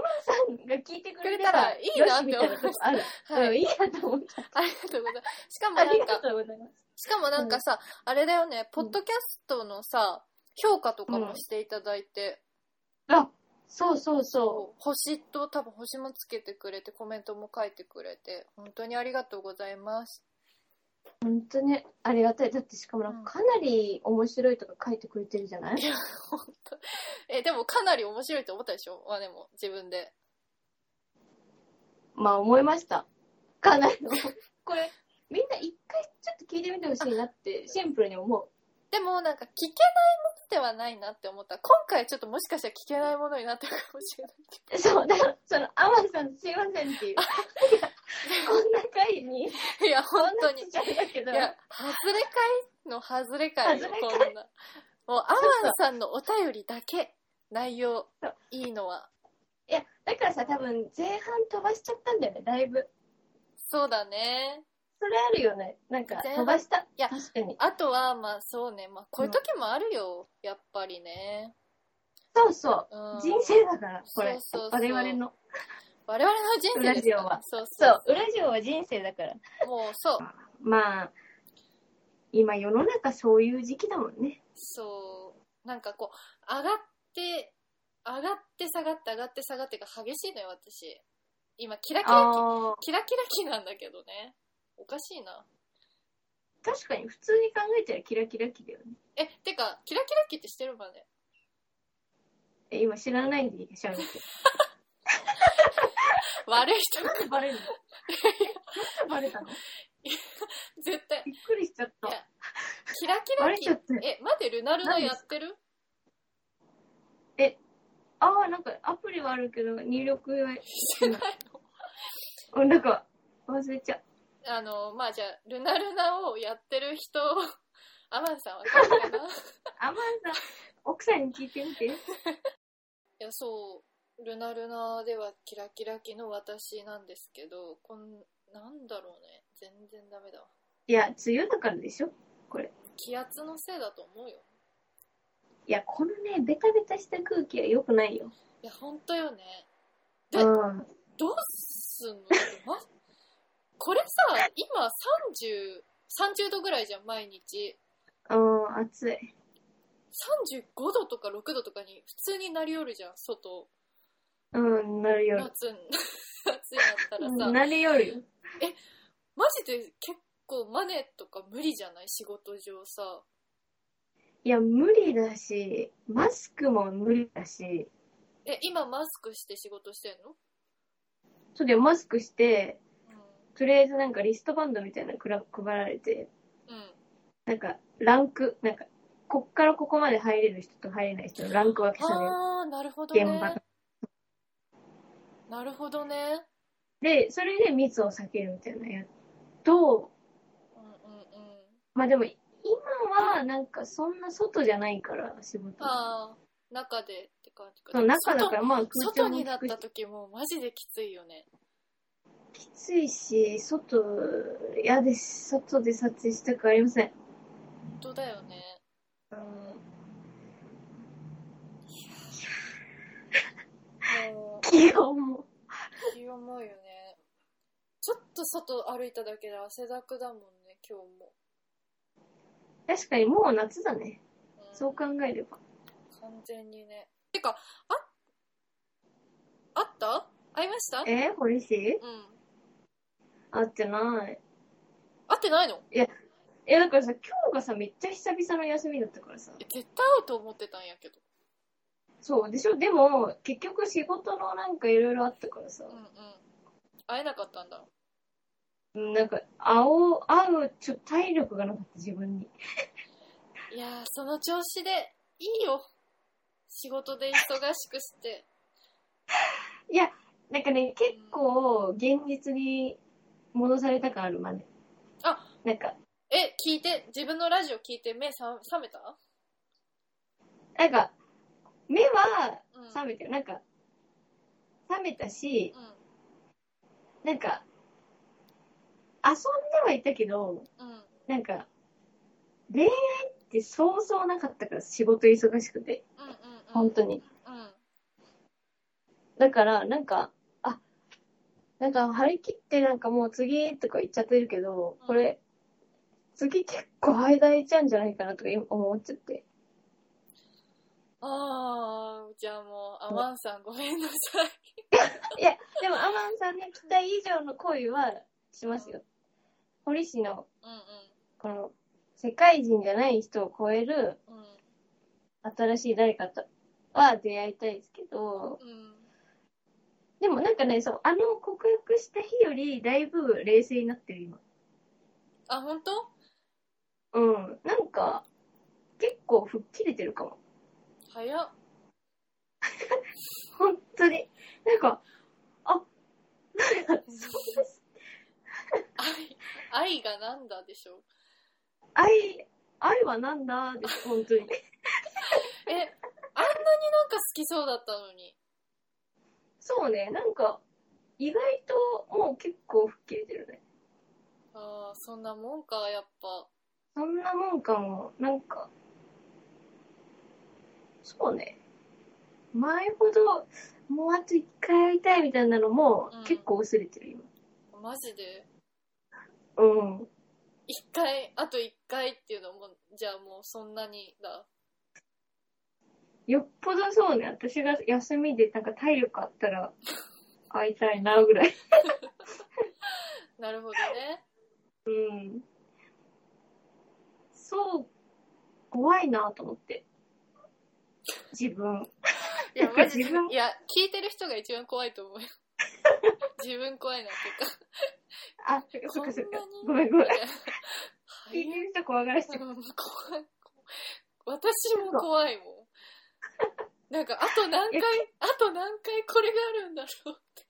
Speaker 2: さんが聞いてくれ
Speaker 3: くれたらいいなって思いま
Speaker 2: よしみ
Speaker 3: した
Speaker 2: たいなとこある。
Speaker 3: はい
Speaker 2: うんいいなと思った。
Speaker 3: ありがとうございます。しかも
Speaker 2: あ
Speaker 3: な
Speaker 2: り
Speaker 3: んか
Speaker 2: が、とうございます。
Speaker 3: しかもなんかさ、あれだよね、ポッドキャストのさ、評価とかもしていただいて、
Speaker 2: あ、そうそうそ
Speaker 3: 星と多分星もつけてくれて、コメントも書いてくれて、本当にありがとうございます。
Speaker 2: う。本当ね、ありがたい。だってしかもなんかかなり面白いとか書いてくれてるじゃない
Speaker 3: いや、本当。え、でもかなり面白いと思ったでしょまあでも、自分で。
Speaker 2: まあ思いました。かなり。 これ、みんな一回ちょっと聞いてみてほしいなってシンプルに思う。
Speaker 3: でもなんか聞けないものではないなって思った。今回ちょっともしかしたら聞けないものになってるかもしれないけ
Speaker 2: そう、だから、その、アマンさんすいませんっていう。こんな回に、
Speaker 3: ど。いや、 本当に。い
Speaker 2: こんなっちゃうんだけど、
Speaker 3: や、外れ会の外れ会よ、
Speaker 2: 外れ
Speaker 3: こ
Speaker 2: 会
Speaker 3: んな。もう、アマンさんのお便りだけ、内容
Speaker 2: そう、
Speaker 3: いいのは。
Speaker 2: いや、だからさ、多分前半飛ばしちゃったんだよね、だいぶ。
Speaker 3: そうだね。
Speaker 2: それあるよね。なんか、
Speaker 3: 前半
Speaker 2: 飛ばした。
Speaker 3: や
Speaker 2: 確かに。
Speaker 3: あとは、まあそうね。まあこういう時もあるよ。やっぱりね。
Speaker 2: そうそうう。
Speaker 3: ん。
Speaker 2: 人生だから、これ。
Speaker 3: そうそうそう
Speaker 2: 我々の。
Speaker 3: 我々の人生ですから
Speaker 2: ラジオは
Speaker 3: そうそ
Speaker 2: そうう、裏ジオは人生だから。
Speaker 3: もうそう。
Speaker 2: まあ、今世の中そういう時期だもんね。
Speaker 3: そう。なんかこう、上がって、上がって下がって上がって下がってが激しいのよ、私。今、キラキラ期、
Speaker 2: ああ。
Speaker 3: キラキラ期なんだけどね。おかしいな。
Speaker 2: 確かに、普通に考えたらキラキラ期だよね。
Speaker 3: え、てか、キラキラ期ってしてるまね。
Speaker 2: え今知らないんでしゃべって。
Speaker 3: 悪い人、
Speaker 2: なんでバレるの なんでバレたの
Speaker 3: 絶対。
Speaker 2: びっくりしちゃっ
Speaker 3: い
Speaker 2: た。
Speaker 3: やキラキ
Speaker 2: バ
Speaker 3: ラ
Speaker 2: レちゃっ
Speaker 3: 期。
Speaker 2: た。
Speaker 3: え、待って、ルナルナやってる
Speaker 2: ああ、なんかアプリはあるけど、入力は、
Speaker 3: してないの
Speaker 2: あなんか忘れちゃう。
Speaker 3: あの、まあじゃあ、ルナルナをやってる人、アマンさんわかるかない
Speaker 2: アマンさん、奥さんに聞いてみて。
Speaker 3: や、そう、ルナルナではキラキラ期の私なんですけど、こん、なんだろうね。全然ダメだわ。
Speaker 2: いや、梅雨だからでしょ
Speaker 3: 気圧のせいだと思うよ。
Speaker 2: いや、このね、ベタベタした空気は良くないよ。
Speaker 3: いや、ほんとよね。で
Speaker 2: うん。
Speaker 3: どうすんのだって ま、これさ、今30、30度ぐらいじゃん、毎日。
Speaker 2: うん、暑い。
Speaker 3: 35度とか6度とかに普通になりよるじゃん、外。
Speaker 2: うん、なるよ。
Speaker 3: 夏、夏に なったらさ。
Speaker 2: なるより。
Speaker 3: マジで結構マネとか無理じゃない仕事上さ。
Speaker 2: いや、無理だし、マスクも無理だし、
Speaker 3: え、今マスクして仕事してんの
Speaker 2: そうだよ、マスクして、とりあえずなんかリストバンドみたいなのくら配られて、
Speaker 3: うん。うん。
Speaker 2: なんか、ランク、なんか、こっからここまで入れる人と入れない人のランク分けされる。
Speaker 3: ああ、なるほどね
Speaker 2: 現場。
Speaker 3: なるほどね。
Speaker 2: で、それで密を避けるみたいなやつと、
Speaker 3: うんうんうん。
Speaker 2: まあでも、今はなんかそんな外じゃないから、仕事。
Speaker 3: ああ、中でって感じか。
Speaker 2: そう中だからまあ空
Speaker 3: 外
Speaker 2: 調
Speaker 3: 外
Speaker 2: も
Speaker 3: になっ
Speaker 2: 効くした
Speaker 3: 時もマジできついよね。
Speaker 2: きついし、外、嫌です。外で撮影したくありません。
Speaker 3: 本当だよね。もう、
Speaker 2: 気が重う。
Speaker 3: 気重いよね。ちょっと外歩いただけで汗だくだもんね、今日も。
Speaker 2: 確かにもう夏だね。
Speaker 3: うん
Speaker 2: そう考えれば。
Speaker 3: 完全にねてかああった会いました
Speaker 2: えー、堀市
Speaker 3: うん
Speaker 2: 会ってない。
Speaker 3: 会ってないの
Speaker 2: いや、え、だからさ、今日がさ、めっちゃ久々の休みだったからさ。
Speaker 3: え絶対会うと思ってたんやけど
Speaker 2: そうでしょでも、結局仕事のなんかいろいろあったからさ
Speaker 3: う。んうん会えなかったんだ
Speaker 2: うんなんか、青、会う、ちょっと体力がなかった、自分に。
Speaker 3: いやーその調子でいいよ仕事で忙しくして
Speaker 2: なんかね、結構、現実に戻された感あるまで。
Speaker 3: あ
Speaker 2: なんか、
Speaker 3: え聞いて自分のラジオ聞いて目さ覚めた、
Speaker 2: なんか、目は
Speaker 3: うん、
Speaker 2: 覚めてる。なんか、覚めたし、
Speaker 3: う
Speaker 2: なんか、遊んではいたけど、
Speaker 3: んうん
Speaker 2: なんか、恋愛ってそうそうなかったから、仕事忙しくて。
Speaker 3: うんうんうん
Speaker 2: 本当に。
Speaker 3: うんうん
Speaker 2: だから、なんか、あ、なんか張り切ってなんかもう次とか言っちゃってるけど、これ、次結構間空いちゃうんじゃないかなとか今思っちゃって。
Speaker 3: ああじゃあもうアマンさんごめんなさい
Speaker 2: でも、アマンさんの期待以上の恋はしますよ。堀氏の、
Speaker 3: う
Speaker 2: この、世界人じゃない人を超える
Speaker 3: んうんうん
Speaker 2: 新しい誰かとは出会いたいですけど、
Speaker 3: うん
Speaker 2: でもなんかね、そう、あの告白した日よりだいぶ冷静になってる今。
Speaker 3: あ本当
Speaker 2: うん。なんか、結構吹っ切れてるかも。
Speaker 3: 早っ
Speaker 2: 本当に。なんか、
Speaker 3: 愛愛がなんだでしょ
Speaker 2: 愛、愛はなんだです、本当に。
Speaker 3: えあんなになんか好きそうだったのに
Speaker 2: そうね、なんか、意外ともう結構吹っ切れてるね。
Speaker 3: ああそんなもんかやっぱ
Speaker 2: そんなもんかも、なんか、そうね。前ほど、もうあと一回やりたいみたいなのも、
Speaker 3: うん
Speaker 2: 結構薄れてる、今。
Speaker 3: マジで
Speaker 2: うん。
Speaker 3: 一回あと一回っていうのもじゃあもうそんなにだ
Speaker 2: よっぽどそうね、私が休みでなんか体力あったら、会いたいな、ぐらい。
Speaker 3: なるほどね
Speaker 2: うんそう、怖いなと思って。自分。
Speaker 3: いやマジで
Speaker 2: 自分
Speaker 3: いや聞いてる人が一番怖いと思うよ 自分怖いなっていうか
Speaker 2: あ、そっかそっかそっか。
Speaker 3: こ
Speaker 2: ご
Speaker 3: ん
Speaker 2: めんごめん。聞
Speaker 3: 早
Speaker 2: いてる人怖がらせて。
Speaker 3: うん怖い怖い私も怖いもんなんかあと何回
Speaker 2: いや
Speaker 3: あと何回これがあるんだろうって、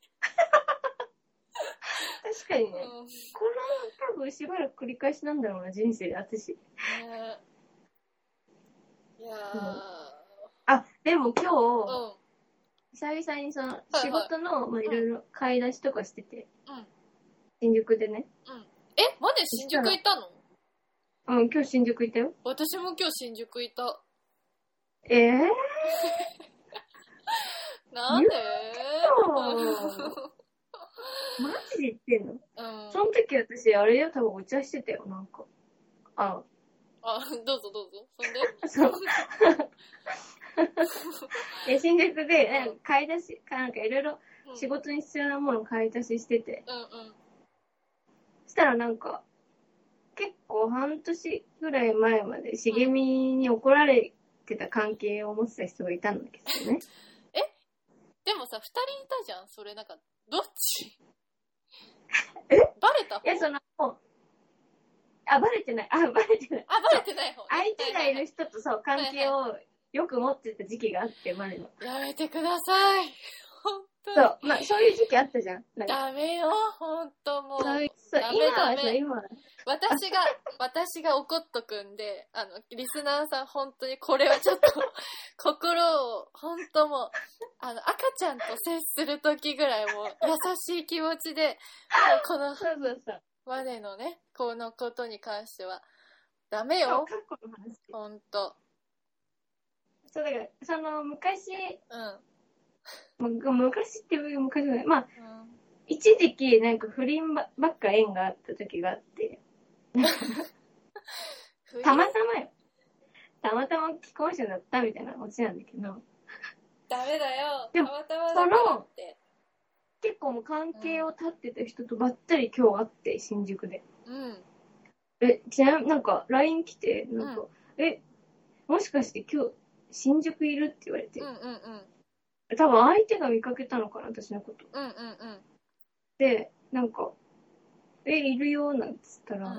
Speaker 2: 確かにね。
Speaker 3: うんね
Speaker 2: この、多分しばらく繰り返しなんだろうな、人生で、私。
Speaker 3: いや
Speaker 2: あ、でも今
Speaker 3: ー
Speaker 2: 日、
Speaker 3: うん
Speaker 2: 久々にその、
Speaker 3: はい
Speaker 2: 仕事の、まあいろいろ買い出しとかしてて
Speaker 3: うん。
Speaker 2: 新宿でね。
Speaker 3: えマネ新宿行ったの
Speaker 2: うん、今日新宿行ったよ。
Speaker 3: 私も今日新宿行った
Speaker 2: ええ
Speaker 3: なんで
Speaker 2: 嘘マジで言ってんの
Speaker 3: うん
Speaker 2: その時私、あれよ、多分お茶してたよ、なんか。あ、
Speaker 3: あどうぞどうぞそ
Speaker 2: そ
Speaker 3: んで
Speaker 2: う。で、新宿で、なんか買い出し、かなんかいろいろ
Speaker 3: うん
Speaker 2: 仕事に必要なものを買い出ししてて、
Speaker 3: うんうん
Speaker 2: そしたらなんか、結構半年ぐらい前まで茂みに怒られてた関係を持ってた人がいたんだけどね。
Speaker 3: でもさ2人いたじゃんそれなんかどっち
Speaker 2: え
Speaker 3: バレた方
Speaker 2: いや、その、あ、バレてない。あ、バレてない。
Speaker 3: あバレてない方ね
Speaker 2: 相手がいる人とそう、関係
Speaker 3: は
Speaker 2: をよく持ってた時期があって、マネの。
Speaker 3: やめてください。本当に。
Speaker 2: そう、まあ、そういう時期あったじゃん。なんか
Speaker 3: ダメよ、本当もう。
Speaker 2: そういう、そう
Speaker 3: ダ
Speaker 2: 今は
Speaker 3: メダ
Speaker 2: そう、
Speaker 3: メ
Speaker 2: 今は。
Speaker 3: 私 が、私が怒っとくんで、あの、リスナーさん、本当にこれはちょっと、 心を、本当もう、あの、赤ちゃんと接する時ぐらいもう、優しい気持ちで、もうこの、
Speaker 2: そうそうそう。
Speaker 3: マネのね、このことに関しては、ダメ
Speaker 2: そ
Speaker 3: よ
Speaker 2: う、過去の話。
Speaker 3: 本当
Speaker 2: そう、だから、その、昔、
Speaker 3: うん。
Speaker 2: む昔って昔じゃない。まあ、
Speaker 3: うん
Speaker 2: 一時期、なんか不倫ばばっか縁があった時があって、たまたまよ。たまたま既婚者だったみたいなオチなんだけど、
Speaker 3: ダメだよ、
Speaker 2: で
Speaker 3: た
Speaker 2: も
Speaker 3: またまだからって。
Speaker 2: 結構もう関係を立ってた人とばったり今日会って、新宿で。
Speaker 3: うん。
Speaker 2: え、ちなみになんか LINE 来て、なんか、え、もしかして今日、新宿いるって言われて
Speaker 3: うんう、んうん
Speaker 2: 多分相手が見かけたのかな、私のこと。
Speaker 3: うんうん
Speaker 2: で、なんか、え、いるよ、なんつった
Speaker 3: う
Speaker 2: ら、
Speaker 3: ん
Speaker 2: い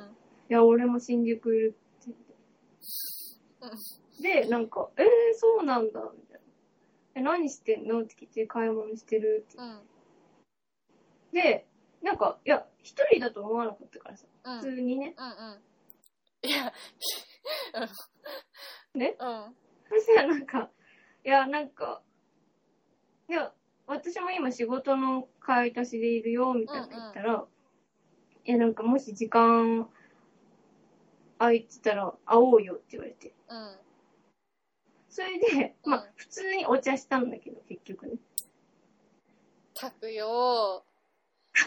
Speaker 2: や、俺も新宿いるって言って。で、なんか、えー、そうなんだ、みたいな。え、何してんのって聞いて、買い物してるって。
Speaker 3: うん
Speaker 2: で、なんか、いや、一人だと思わなかったからさ、
Speaker 3: うんうん
Speaker 2: 普通にね。
Speaker 3: うんいやうん
Speaker 2: ね
Speaker 3: うん
Speaker 2: そしたらなんか、いや、なんか、いや、私も今仕事の買い足しでいるよ、みたいな言ったら、いや、なんかもし時間空いてたら会おうよって言われて。
Speaker 3: うん
Speaker 2: それで、ま
Speaker 3: うん
Speaker 2: あ、普通にお茶したんだけど、結局ね。
Speaker 3: たくよー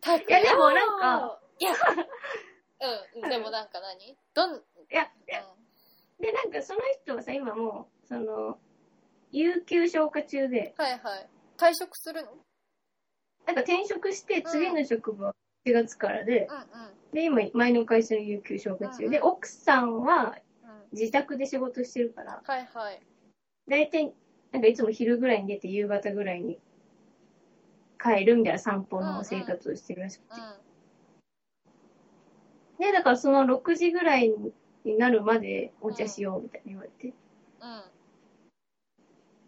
Speaker 3: たく
Speaker 2: い
Speaker 3: よ
Speaker 2: や
Speaker 3: ー
Speaker 2: でもなんか
Speaker 3: いやうんでもなんか何どんうん
Speaker 2: いや、で、でなんかその人はさ、今もう、その、有給消化中で、
Speaker 3: はいはい退職するの
Speaker 2: なんか転職して次の職場4月からで、
Speaker 3: うんうん
Speaker 2: で、今、前の会社の有給消化中で、
Speaker 3: うん
Speaker 2: 奥さんは
Speaker 3: うん
Speaker 2: 自宅で仕事してるから、
Speaker 3: はいはい
Speaker 2: 大体、なんかいつも昼ぐらいに出て夕方ぐらいに帰るみたいな散歩の生活をしてるらしくて。
Speaker 3: う
Speaker 2: で、だからその6時ぐらいになるまでお茶しようみたいに言われて。
Speaker 3: ん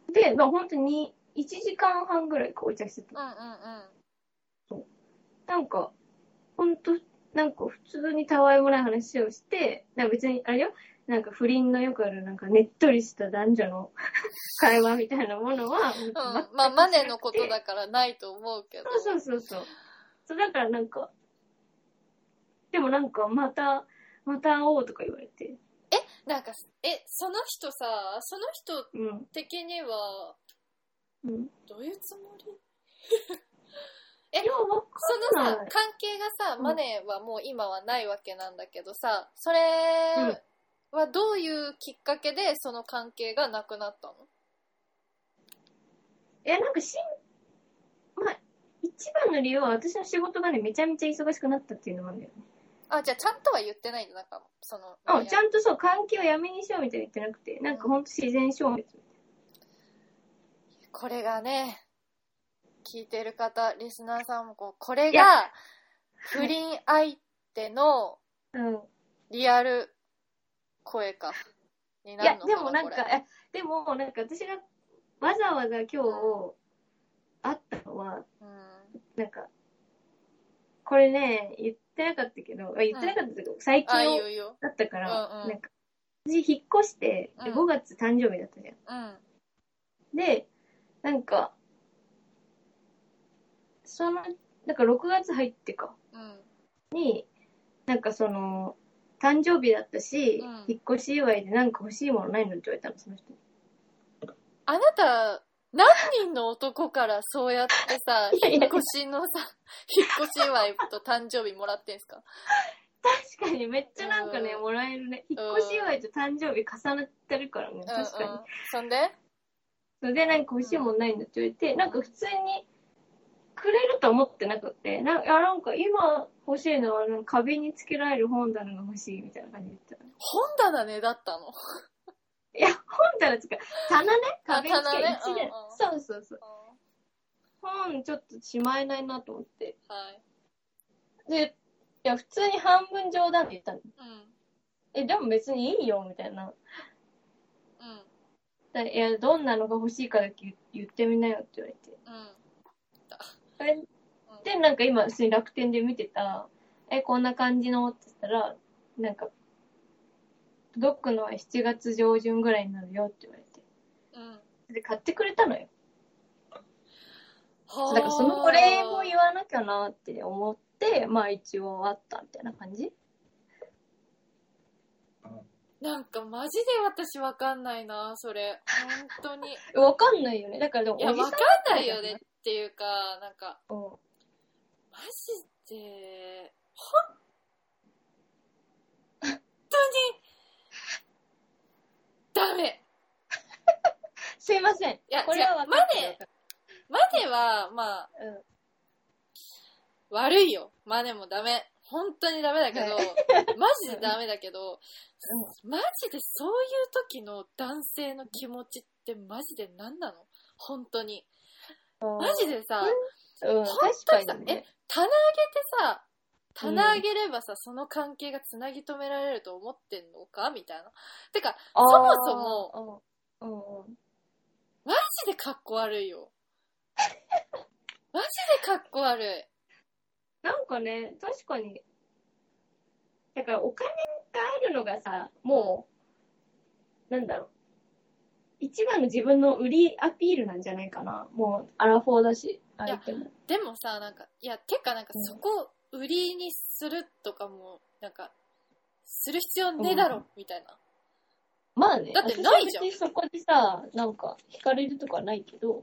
Speaker 3: うん
Speaker 2: で、まあ本当に1時間半ぐらいこうお茶して
Speaker 3: う
Speaker 2: た。
Speaker 3: んうん
Speaker 2: なんか、本当なんか普通にたわいもない話をして、なんか別に、あれよ、なんか不倫のよくあるなんかねっとりした男女の 会話みたいなものは、うん
Speaker 3: うんうんまあマネのことだからないと思うけど
Speaker 2: そうそうそうそう。そうだからなんか、でもなんかまた、また会おうとか言われて。
Speaker 3: なんかえその人さその人
Speaker 2: うん。
Speaker 3: 的には
Speaker 2: うん。
Speaker 3: どういうつもり
Speaker 2: いや、わ
Speaker 3: その
Speaker 2: か
Speaker 3: さ
Speaker 2: んない。
Speaker 3: 関係がさ
Speaker 2: うん
Speaker 3: マネはもう今はないわけなんだけどさそれ
Speaker 2: うん
Speaker 3: はどういうきっかけでその関係がなくなったの
Speaker 2: いや、なんかしん、まあ、一番の理由は私の仕事がね、めちゃめちゃ忙しくなったっていうのもあるんだよね。
Speaker 3: あじゃあちゃんとは言ってないんだなんかその
Speaker 2: あ、ちゃんとそう、関係をやめにしようみたいに言ってなくて、なんかほんと自然消滅。
Speaker 3: これがね聞いてる方リスナーさんもこうこれ
Speaker 2: いや
Speaker 3: が不倫相手の
Speaker 2: うん。
Speaker 3: リアル声かに
Speaker 2: い
Speaker 3: な
Speaker 2: や
Speaker 3: るのかな
Speaker 2: でもなん
Speaker 3: こ
Speaker 2: か
Speaker 3: れ
Speaker 2: えでもなんか私がわざわざ今日会ったのは
Speaker 3: うん
Speaker 2: なんかこれね言ってなかったけどあ言ってなかったけど、最
Speaker 3: あいい
Speaker 2: 近
Speaker 3: よいいよ
Speaker 2: だったから、
Speaker 3: うんうん
Speaker 2: なんか私引っ越してで
Speaker 3: うん
Speaker 2: 5月誕生日だったじゃん、
Speaker 3: うん
Speaker 2: でなんかそのなんか6月入ってか
Speaker 3: うん
Speaker 2: になんかその誕生日だったし、
Speaker 3: うん
Speaker 2: 引っ越し祝いでなんか欲しいものないのって言われたのその人に
Speaker 3: あなた何人の男からそうやってさ
Speaker 2: いやいや
Speaker 3: 引っ越しのさ引っ越し祝いと誕生日もらってんすか
Speaker 2: 確かにめっちゃなんかね、
Speaker 3: うん
Speaker 2: もらえるね。引っ越し祝いと誕生日重なってるからね、確かに
Speaker 3: うんうん。、そんで
Speaker 2: それでなんか欲しいもんないんだって言って、なんか普通にくれると思ってなくて、なんかあなんか今欲しいのはなんか壁につけられる本棚が欲しいみたいな感じで言ったら。
Speaker 3: 本棚ねだったの
Speaker 2: いや、本棚つうか、棚ね
Speaker 3: あ
Speaker 2: 壁につけ
Speaker 3: 棚ね
Speaker 2: 一年、
Speaker 3: う
Speaker 2: そうそうそう。
Speaker 3: は
Speaker 2: 本ちょっとしまえないなと思って。
Speaker 3: い
Speaker 2: で、いや、普通に半分冗談で言ったの。
Speaker 3: うん
Speaker 2: え、でも別にいいよ、みたいな。
Speaker 3: うん
Speaker 2: だいや、どんなのが欲しいかだけ言ってみなよって言われて。
Speaker 3: うん
Speaker 2: それで、なんか今、普通に楽天で見てた、え、こんな感じのって言ったら、なんか、届くのは7月上旬ぐらいになるよって言われて。
Speaker 3: うん
Speaker 2: で、買ってくれたのよ。
Speaker 3: はあ
Speaker 2: だからそのお礼も言わなきゃなって思って、まあ一応あったみたいな感じ。
Speaker 3: なんかマジで私わかんないなそれ本当 に
Speaker 2: わかんないよね。だからでも
Speaker 3: いや、
Speaker 2: おじさ
Speaker 3: わ
Speaker 2: ん
Speaker 3: かんないよねっていうか、なんか、
Speaker 2: うん
Speaker 3: マジで、本当に、ダメ
Speaker 2: すいません。い
Speaker 3: や
Speaker 2: これはわかんない
Speaker 3: マネは、まあ、
Speaker 2: うん
Speaker 3: 悪いよ。マネもダメ。本当にダメだけど、マジでダメだけど、マジでそういう時の男性の気持ちってマジで何なの本当に。マジでさ、
Speaker 2: うん、確かにね。
Speaker 3: 棚上げてさ、棚上げればさ、その関係がつなぎ止められると思ってんのかみたいな。てか、
Speaker 2: そ
Speaker 3: もそも
Speaker 2: も、うん、
Speaker 3: マジでかっこ悪いよ。マジでかっこ悪い。
Speaker 2: なんかね、確かに、だからお金があるのがさ、もう、なんだろう、一番の自分の売りアピールなんじゃないかな。もう、アラフォーだし、相手も。
Speaker 3: でもさ、なんか、いや、てかなんか
Speaker 2: うん
Speaker 3: そこ売りにするとかも、なんか、する必要ねえだろ、
Speaker 2: うん
Speaker 3: みたいな。
Speaker 2: まあね、
Speaker 3: だってないじゃ
Speaker 2: 私は
Speaker 3: ん
Speaker 2: 別にそこでさ、なんか、惹かれるとかないけど、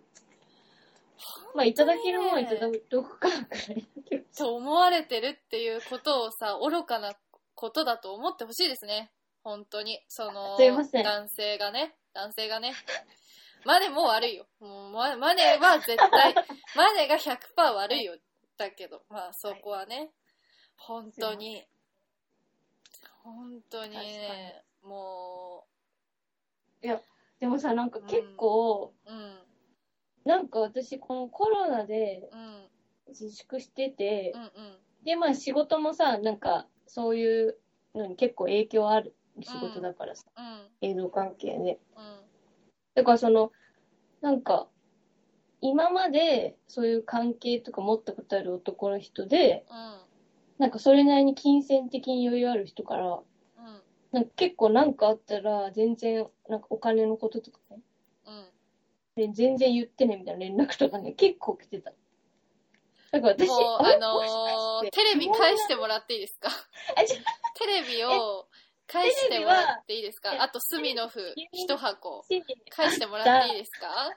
Speaker 2: まあ、いただけるもんいただくからくらいだけど。
Speaker 3: と思われてるっていうことをさ、愚かなことだと思ってほしいですね。本当に。その、
Speaker 2: すいません
Speaker 3: 男性がね、男性がね。マネも悪いよ。もうママネは絶対、 マネが100%悪いよ。だけど、まあそこはね、本当に、本当にね、も
Speaker 2: でもさ、なんか結構、
Speaker 3: う、うん、
Speaker 2: なんか私、このコロナで
Speaker 3: うん。
Speaker 2: 自粛してて、
Speaker 3: うんうん
Speaker 2: で、まあ仕事もさ、なんか、そういうのに結構影響ある仕事だからさ、
Speaker 3: うん
Speaker 2: 映像関係ね。
Speaker 3: うん
Speaker 2: だからその、なんか、今までそういう関係とか持ったことある男の人で、
Speaker 3: うん
Speaker 2: なんかそれなりに金銭的に余裕ある人から、
Speaker 3: うん
Speaker 2: なんか結構なんかあったら、全然、なんかお金のこととかね、
Speaker 3: うん
Speaker 2: で全然言ってねみたいな連絡とかね、結構来てた。だから私、
Speaker 3: もう
Speaker 2: あれ
Speaker 3: あのーテレビ返してもらっていいですか
Speaker 2: あ違う
Speaker 3: テレビを返してもらっていいです
Speaker 2: テレビ
Speaker 3: か
Speaker 2: は
Speaker 3: あとスミノフ
Speaker 2: 急に
Speaker 3: 一箱
Speaker 2: 不思議
Speaker 3: 返してもらっていいですかあ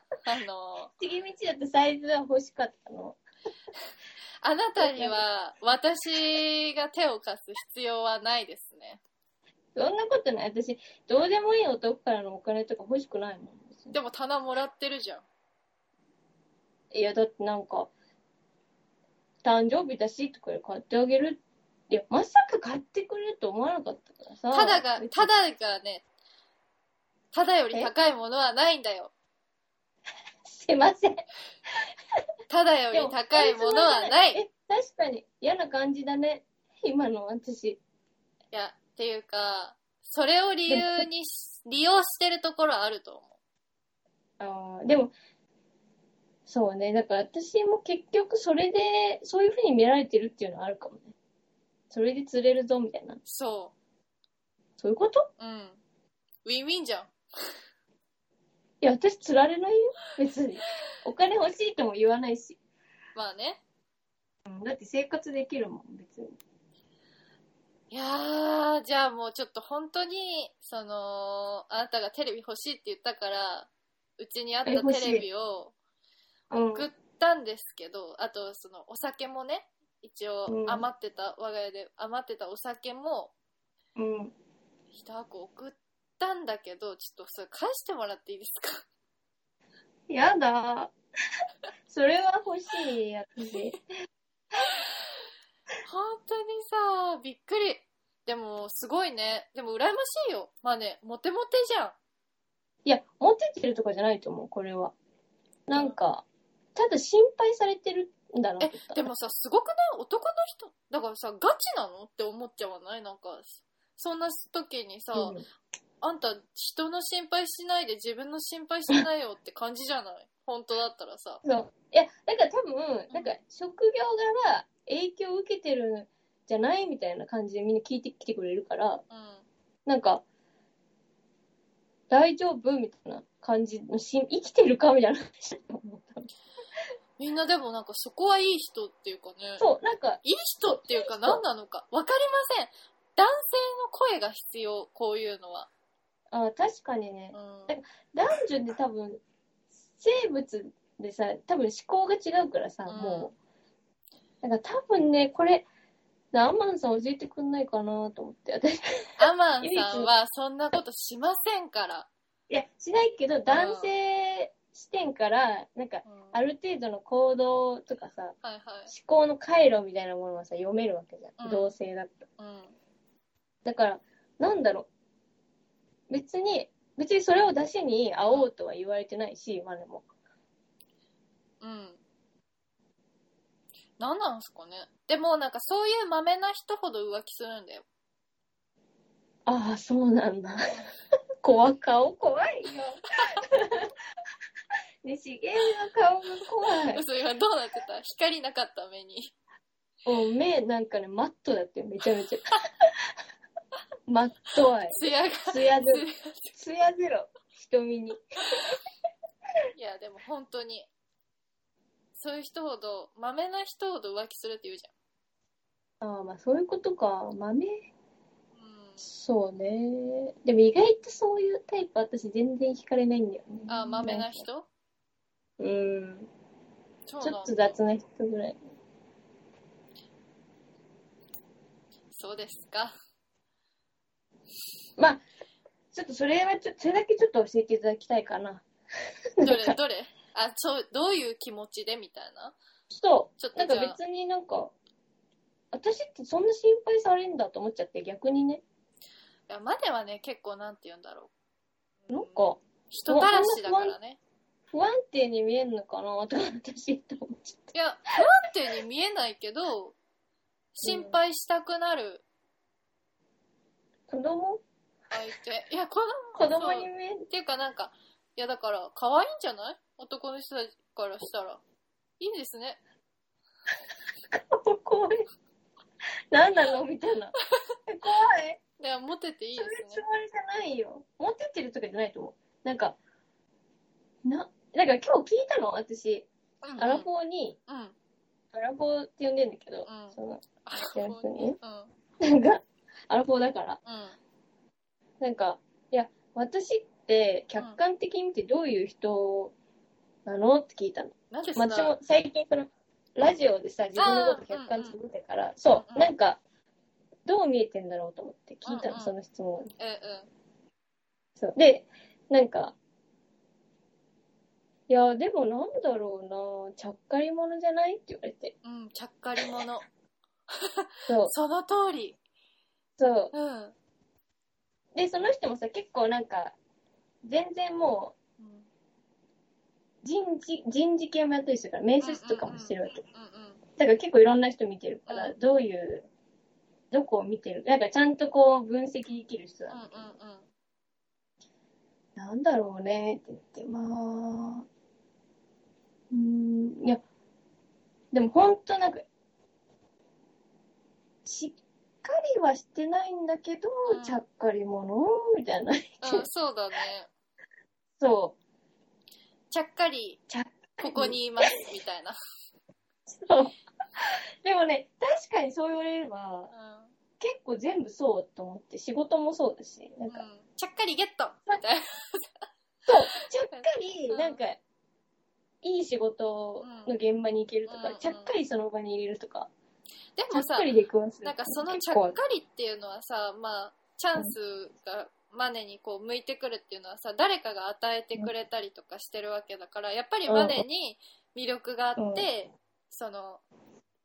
Speaker 3: の
Speaker 2: 不思議道だってサイズは欲しかったの。
Speaker 3: ーあなたには私が手を貸す必要はないですね
Speaker 2: そんなことない。私、どうでもいい男からのお金とか欲しくないもん。
Speaker 3: でも棚もらってるじゃん
Speaker 2: いや、だってなんか、誕生日だしとかで買ってあげる。いや、まさか買ってくれると思わなかったからさ。
Speaker 3: ただが
Speaker 2: 別に
Speaker 3: ただがねただより高いものはないんだよ
Speaker 2: すいません。
Speaker 3: ただより高いものはない
Speaker 2: え、確かに嫌な感じだね。今の私。
Speaker 3: いや、っていうか、それを理由にし、利用してるところはあると
Speaker 2: あ
Speaker 3: 思
Speaker 2: ーでも、そうね。だから私も結局それで、そういう風に見られてるっていうのはあるかもね。それで釣れるぞみたいな
Speaker 3: う。。そ
Speaker 2: そういうこと
Speaker 3: う。うん。ウィンウィンじゃん。
Speaker 2: いや、私釣られないよ。別に。お金欲しいとも言わないし。
Speaker 3: まあね。
Speaker 2: うんだって生活できるもん、別に。
Speaker 3: いやー、じゃあもうちょっと本当に、その、あなたがテレビ欲しいって言ったから、うちにあった
Speaker 2: え欲しい
Speaker 3: テレビを
Speaker 2: うん。
Speaker 3: 送ったんですけど、あとそのお酒もね、一応
Speaker 2: うん
Speaker 3: 余ってた、我が家で余ってたお酒も
Speaker 2: うん。
Speaker 3: 一箱送ったんだけど、ちょっとそれ返してもらっていいですか
Speaker 2: やだ。 それは欲しいやつで。
Speaker 3: 本当にさびっくりでもすごいねでも羨ましいよまあねモテモテじゃん
Speaker 2: いや、持ってってるとかじゃないと思う、これは。なんか、ただ心配されてるんだな
Speaker 3: え
Speaker 2: と
Speaker 3: でもさすごくない男の人だからさガチなのって思っちゃわないなんかそんな時にさ、
Speaker 2: うん
Speaker 3: あんた人の心配しないで自分の心配しないよって感じじゃない本当だったらさ
Speaker 2: そう。いや、だから多分、なんか、職業柄影響を受けてるんじゃないみたいな感じでみんな聞いてきてくれるから、
Speaker 3: うん
Speaker 2: なんか、大丈夫みたいな感じのし、生きてるかみたいな話だと思った。
Speaker 3: みんなでもなんかそこはいい人っていうかね
Speaker 2: そう、なんか、
Speaker 3: いい人っていうか何なのかわかりません男性の声が必要こういうのは、
Speaker 2: あ確かにね、
Speaker 3: うん
Speaker 2: え、男女で多分、生物でさ、多分思考が違うからさ、
Speaker 3: うん
Speaker 2: もう。だから多分ね、これ、アマンさん教えてくんないかなと思って、私。い
Speaker 3: アマンさんはそんなことしませんから。
Speaker 2: や、しないけど、男性視点から、なんか、
Speaker 3: うん
Speaker 2: ある程度の行動とかさ、
Speaker 3: はいはい。
Speaker 2: 思考の回路みたいなものはさ、読めるわけじゃ。
Speaker 3: うんん
Speaker 2: 同性だったら
Speaker 3: うん。
Speaker 2: だから、なんだろう。別に、別にそれを出しに会おうとは言われてないし、まあでも。
Speaker 3: うん。なんなんすかね。でもなんかそういうマメな人ほど浮気するんだよ。
Speaker 2: ああ、そうなんだ。 怖顔怖いよ。 ね、しげるの顔が怖い。
Speaker 3: それがどうなってた光なかった 目に。
Speaker 2: もう目なんかね、マットだってめちゃめちゃ。 マットアイ。
Speaker 3: 艶が。
Speaker 2: ツヤゼロ。
Speaker 3: 艶
Speaker 2: ツヤゼロ。瞳に。
Speaker 3: いやでも本当に。そういう人ほど、マメな人ほど浮気するって言うじ
Speaker 2: ああ、まあそういうことか。豆。
Speaker 3: ゃん。
Speaker 2: そうね。でも意外とそういうタイプ私全然惹かれないんだよね
Speaker 3: う。ん。あ、マメな人
Speaker 2: うん。
Speaker 3: そう
Speaker 2: ち
Speaker 3: なん
Speaker 2: ょっ
Speaker 3: だ
Speaker 2: と雑な人ぐらい。
Speaker 3: そうですか。
Speaker 2: まあ、ちょっとそれはちょっと、それだけちょっと教えていただきたいかな。
Speaker 3: どれどれあ、そう、どういう気持ちでみたいな。
Speaker 2: そ
Speaker 3: ちょっ
Speaker 2: う。な
Speaker 3: と
Speaker 2: ん
Speaker 3: じ
Speaker 2: か
Speaker 3: ゃあ、
Speaker 2: 別になんか、私ってそんな心配されるんだと思っちゃって、逆にね。
Speaker 3: いやまではね、結構なんて言うんだろう。
Speaker 2: なん
Speaker 3: うん
Speaker 2: か、
Speaker 3: 人たらしだからね。
Speaker 2: 不安定に見えるのかなとか、私って思っちゃっ
Speaker 3: いや、不安定に見えないけど、心配したくなる
Speaker 2: た。子供
Speaker 3: 相手。いや、子
Speaker 2: 子
Speaker 3: 供
Speaker 2: 供
Speaker 3: そう
Speaker 2: に見える
Speaker 3: っていうかなんか、いやだから、可愛いんじゃない男の人たちからしたら。いいですね。
Speaker 2: の怖い。何なのみたいな。怖い。
Speaker 3: いや、モテていい
Speaker 2: そ
Speaker 3: で
Speaker 2: ういうつ
Speaker 3: すね。
Speaker 2: もりじゃないよ。モテてるとかじゃないと思う。なんか、な、だから今日聞いたの私、
Speaker 3: うんうん。
Speaker 2: アラフォーに、
Speaker 3: うん。うん。
Speaker 2: アラフォーって呼んでんだけど、
Speaker 3: うん
Speaker 2: その、
Speaker 3: アラ
Speaker 2: や
Speaker 3: フォ
Speaker 2: そう
Speaker 3: ーに
Speaker 2: ね
Speaker 3: うん。
Speaker 2: なんか、アラフォーだから、
Speaker 3: うん。
Speaker 2: なんか、いや、私って客観的に見てどういう人なのって聞いたの。
Speaker 3: なんでそ
Speaker 2: ま
Speaker 3: ん
Speaker 2: あ私
Speaker 3: な
Speaker 2: も、最近その、ラジオでさ、自分のこと客観的に見てから、そ
Speaker 3: うんう
Speaker 2: う、
Speaker 3: ん
Speaker 2: なんか、どう見えてんだろうと思って聞いたの、
Speaker 3: うんうん
Speaker 2: その質問を
Speaker 3: え、うん。
Speaker 2: そう。で、なんか、いや、でもなんだろうなちゃっかり者じゃないって言われて。
Speaker 3: うん、ちゃっかり者。
Speaker 2: そう、
Speaker 3: その通り。
Speaker 2: そう。
Speaker 3: うん。
Speaker 2: で、その人もさ、結構なんか、全然も
Speaker 3: うんうん
Speaker 2: う、人事、人事系もやったりするから、面接とかもしてるわけ。
Speaker 3: うん。
Speaker 2: だから結構いろんな人見てるから、
Speaker 3: う
Speaker 2: どういう、どこを見てるなんかちゃんとこう、分析できる人
Speaker 3: う
Speaker 2: だ。
Speaker 3: んうん
Speaker 2: な
Speaker 3: うん。
Speaker 2: んだろうね、って言って、まあ、うーん、いや、でも本当なんか、しっかりはしてないんだけど、
Speaker 3: うん
Speaker 2: ちゃっかり者みたいな。
Speaker 3: うん、そうだね。
Speaker 2: そ
Speaker 3: ちゃっかり、
Speaker 2: う。ちゃっかり
Speaker 3: ここにいます、みたいな。
Speaker 2: そう。でもね、確かにそう言われれば、
Speaker 3: う
Speaker 2: 結構全部そうと思って、仕事もそうだし、なん
Speaker 3: ん。
Speaker 2: か、
Speaker 3: うんちゃっかりゲットみたいな。
Speaker 2: そう、ちゃっかり、
Speaker 3: うん
Speaker 2: なんか、いい仕事の現場に行けるとか、
Speaker 3: うん
Speaker 2: ちゃっかりその場に入れるとか、
Speaker 3: で
Speaker 2: ちゃ
Speaker 3: も
Speaker 2: っ
Speaker 3: さ
Speaker 2: か、りで食わす。
Speaker 3: なんかその
Speaker 2: 結
Speaker 3: ちゃっ
Speaker 2: 構
Speaker 3: かりっていうのはさ、まあ、チャンスが、マネにこう向いてくるっていうのはさ、誰かが与えてくれたりとかしてるわけだから、やっぱりマネに魅力があって、その、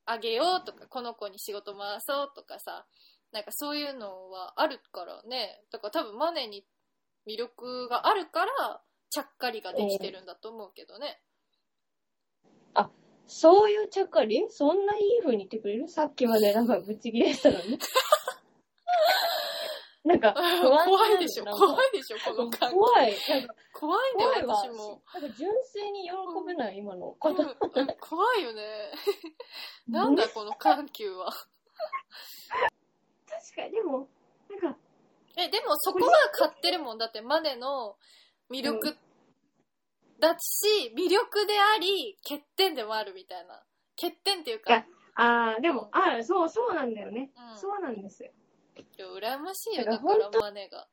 Speaker 3: あげようとか、この子に仕事回そうとかさ、なんかそういうのはあるからね、だから多分マネに魅力があるから、ちゃっかりができてるんだと思うけどね。
Speaker 2: そういうちゃっかりそんないい風に言ってくれるさっきまでなんかぶち切れてたのに。 なん か、
Speaker 3: 怖いでしょ、
Speaker 2: なんか
Speaker 3: 怖いでしょ、この感覚。
Speaker 2: 怖い。なんか、
Speaker 3: 怖いんだ
Speaker 2: 怖い
Speaker 3: よ、
Speaker 2: わ。
Speaker 3: 私も。
Speaker 2: なんか純粋に喜べない、今の
Speaker 3: う
Speaker 2: こ
Speaker 3: ん
Speaker 2: と。
Speaker 3: うん怖いよね。 なんだこの緩急は。
Speaker 2: 確かに、でも、なんか、
Speaker 3: え、でもそこは買ってるもん。だってマネの魅力だし、魅力であり、欠点でもあるみたいな。欠点っていうか、
Speaker 2: ああ、でも、ああ、そう、そうなんだよね。
Speaker 3: うん
Speaker 2: そうなんですよ。
Speaker 3: いや羨ましいよ、
Speaker 2: だ
Speaker 3: だ
Speaker 2: から
Speaker 3: から
Speaker 2: 本当
Speaker 3: マネが。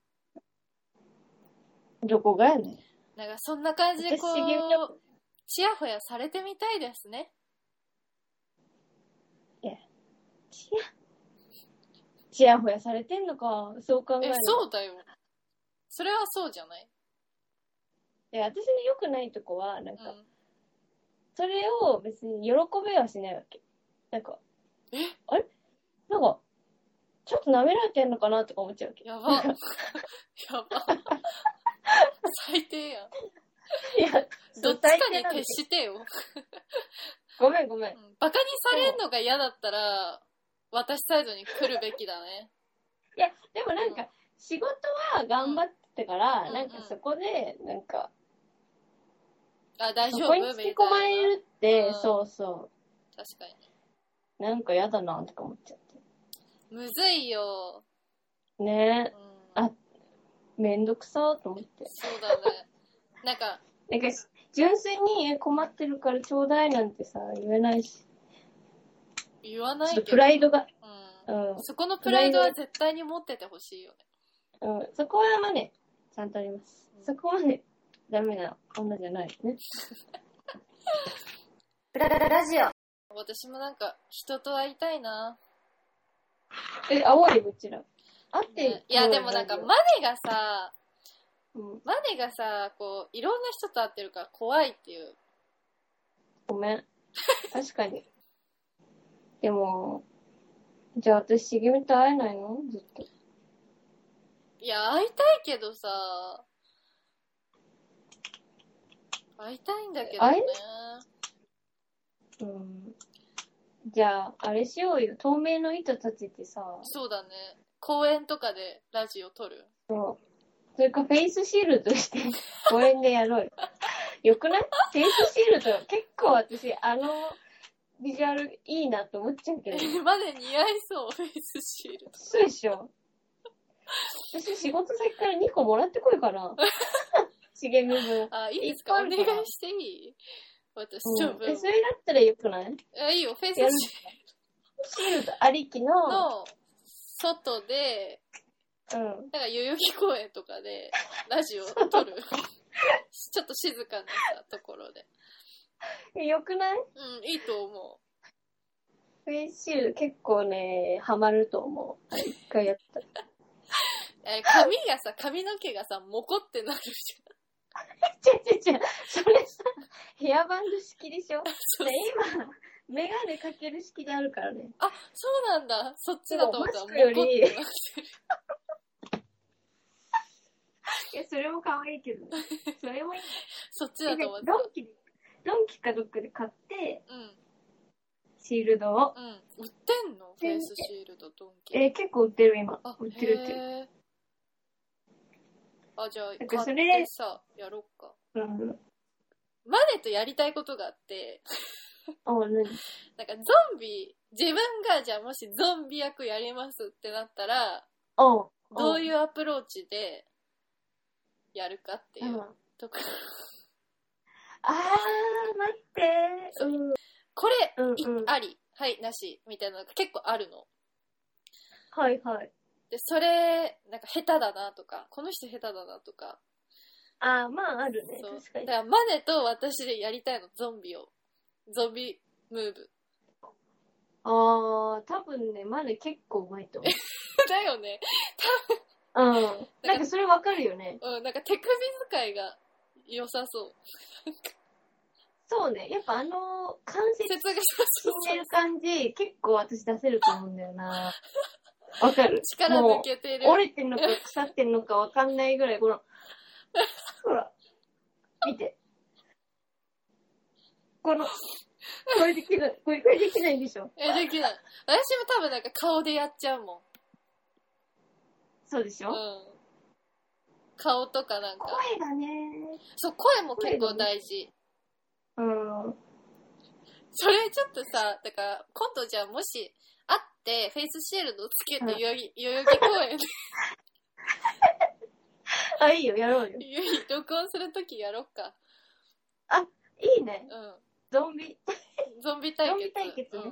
Speaker 2: どこがやねん。
Speaker 3: なんかそんな感じでこ
Speaker 2: 私茂みの
Speaker 3: う、ちやほやされてみたいですね。
Speaker 2: ちや。ちやほやされてんのか、そう考え
Speaker 3: え
Speaker 2: る、
Speaker 3: そうだよ。それはそうじゃない
Speaker 2: で私の良くないとこは、なんか、
Speaker 3: ん、
Speaker 2: それを別に喜べはしないわけ。なんか、
Speaker 3: え
Speaker 2: あれなんか、ちょっと舐められてんのかなとか思っちゃうわけ。
Speaker 3: やば やば 最低やん
Speaker 2: い や、
Speaker 3: どっちか
Speaker 2: 最低
Speaker 3: に
Speaker 2: なんだけど
Speaker 3: 徹してよ、
Speaker 2: ごめんごめん
Speaker 3: う。ん、バカにされんのが嫌だったら私サイドに来るべきだね
Speaker 2: いや、でもなんか、仕事は頑張ってたから、
Speaker 3: うん
Speaker 2: なんかそこで、なんか、
Speaker 3: あ大
Speaker 2: そ
Speaker 3: 丈夫
Speaker 2: こに突き込まれ
Speaker 3: み
Speaker 2: るって、
Speaker 3: うん
Speaker 2: そうそ
Speaker 3: たいな確かにね
Speaker 2: う。なんか嫌だな、とか思っちゃっ
Speaker 3: むずいよ、
Speaker 2: て。ね
Speaker 3: うん、
Speaker 2: あえ、めんどくさーと思って。
Speaker 3: そうだねなんか
Speaker 2: なんか、純粋にえ困ってるからちょうだいなんてさ、言えないし。
Speaker 3: 言わな
Speaker 2: ち
Speaker 3: い
Speaker 2: ょっ
Speaker 3: け
Speaker 2: と
Speaker 3: ど
Speaker 2: プライドが、
Speaker 3: う
Speaker 2: うんん、
Speaker 3: そこのプライドは絶対に持っててほしいよね
Speaker 2: うん、そこはまあね、ちゃんとあります。そこはね、ダメな女じゃないね。
Speaker 1: ブラララジオ。
Speaker 3: 私もなんか人と会いたいな
Speaker 2: え、青いこちら。あって、
Speaker 3: ねいやでもなんかマネがさ
Speaker 2: うん、
Speaker 3: マネがさこういろんな人と会ってるから怖いっていう
Speaker 2: ごめん。確かに。でも、じゃあ私、しげみと会えないのずっと。
Speaker 3: いや会いたいけどさ会いたいんだけどね
Speaker 2: うん。じゃあ、あれしようよ。透明の糸立ててさ、
Speaker 3: そうだね公園とかでラジオ撮る
Speaker 2: そう。それかフェイスシールドして、公園でやろうよ。よくないフェイスシールド、結構私、あの、ビジュアルいいなと思っちゃうけど。
Speaker 3: マネ似合いそうフェイスシールド
Speaker 2: そうでしょ。私、仕事先から2個もらってこいか な。茂み分。
Speaker 3: あいいですか
Speaker 2: い
Speaker 3: お
Speaker 2: っぱいあ
Speaker 3: 願
Speaker 2: るから
Speaker 3: いしていい私
Speaker 2: うん
Speaker 3: 処分
Speaker 2: えそれだったらよくない
Speaker 3: あいいよフェイスシー
Speaker 2: や
Speaker 3: ル
Speaker 2: るシールドありき
Speaker 3: ド
Speaker 2: の、
Speaker 3: の外で
Speaker 2: うん。
Speaker 3: なんか代々木公園とかでラジオ撮る ちょっと静かなさところで
Speaker 2: えよくない
Speaker 3: うんいいと思
Speaker 2: フェイスシールド結構ね、ハマると思う。あれ一回やったら。
Speaker 3: うえ髪がさ髪の毛がさモコってなるじ
Speaker 2: ちゃちゃちゃ、それさ、ヘアバンド式でしょ
Speaker 3: ゃん
Speaker 2: で今、メガネかける式であるからね。
Speaker 3: あそうなんだそっちだと思った
Speaker 2: でもマスクより
Speaker 3: モコってなる
Speaker 2: いや、それも可愛いけど。それもいい。
Speaker 3: そっち
Speaker 2: ド
Speaker 3: だ
Speaker 2: ン
Speaker 3: と思っ
Speaker 2: キ、ドンキかどっかで買って、
Speaker 3: たうん
Speaker 2: シールドを。
Speaker 3: うん売ってんのフェイスシールドドンキ
Speaker 2: えー結構売ってる今
Speaker 3: あ。
Speaker 2: 売ってる売ってる。
Speaker 3: へーあじゃあ
Speaker 2: ん
Speaker 3: 買
Speaker 2: か
Speaker 3: っ
Speaker 2: それ
Speaker 3: てさやろっか
Speaker 2: うん。
Speaker 3: マネとやりたいことがあって
Speaker 2: あ、何
Speaker 3: なんかゾンビ、自分がじゃあもしゾンビ役やりますってなったら、
Speaker 2: あ
Speaker 3: どう
Speaker 2: う
Speaker 3: いうアプローチでやるかってい
Speaker 2: ん
Speaker 3: う
Speaker 2: あ
Speaker 3: ところ。
Speaker 2: ー、待って。うん。
Speaker 3: これ、
Speaker 2: うんうん
Speaker 3: いあり、はい、なし、みたいなのが結構あるの。
Speaker 2: はいはい。
Speaker 3: で、それ、なんか下手だなとか、この人下手だなとか。
Speaker 2: あー、まああるね。
Speaker 3: そう。
Speaker 2: 確か
Speaker 3: だ
Speaker 2: に
Speaker 3: か。らマネと私でやりたいの、ゾンビを。ゾンビムーブ。
Speaker 2: あー、多分ね、まだ結構うまいと思う。
Speaker 3: だよね。
Speaker 2: うん。なんかそれわかるよね。
Speaker 3: うん、なんか手首使いが良さそう。
Speaker 2: そうね。やっぱあの、関節
Speaker 3: 説が
Speaker 2: 死んでる感じ、結構私出せると思うんだよな。わかる
Speaker 3: 力抜けてる。
Speaker 2: 折れてんのか腐ってんのかわかんないぐらい、この、ほら、見て。この、これできない、これこれできないんでしょ
Speaker 3: え、できない。私も多分なんか顔でやっちゃうも
Speaker 2: そうでし
Speaker 3: ん。う
Speaker 2: ょ
Speaker 3: ん。顔とかなんか。
Speaker 2: 声がね、
Speaker 3: そう、声も結構大事。
Speaker 2: うん、
Speaker 3: それちょっとさ、だから、今度じゃあもし、会って、フェイスシールドをつけ
Speaker 2: う
Speaker 3: て、
Speaker 2: ん
Speaker 3: 代々木代々木公園
Speaker 2: あ、いいよ、やろうよ。
Speaker 3: で、代々木 録音するときやろっか。
Speaker 2: いいね。
Speaker 3: う
Speaker 2: ゾンビ、
Speaker 3: ん。ゾンビ対
Speaker 2: ゾ
Speaker 3: 決。
Speaker 2: ンビ対決ね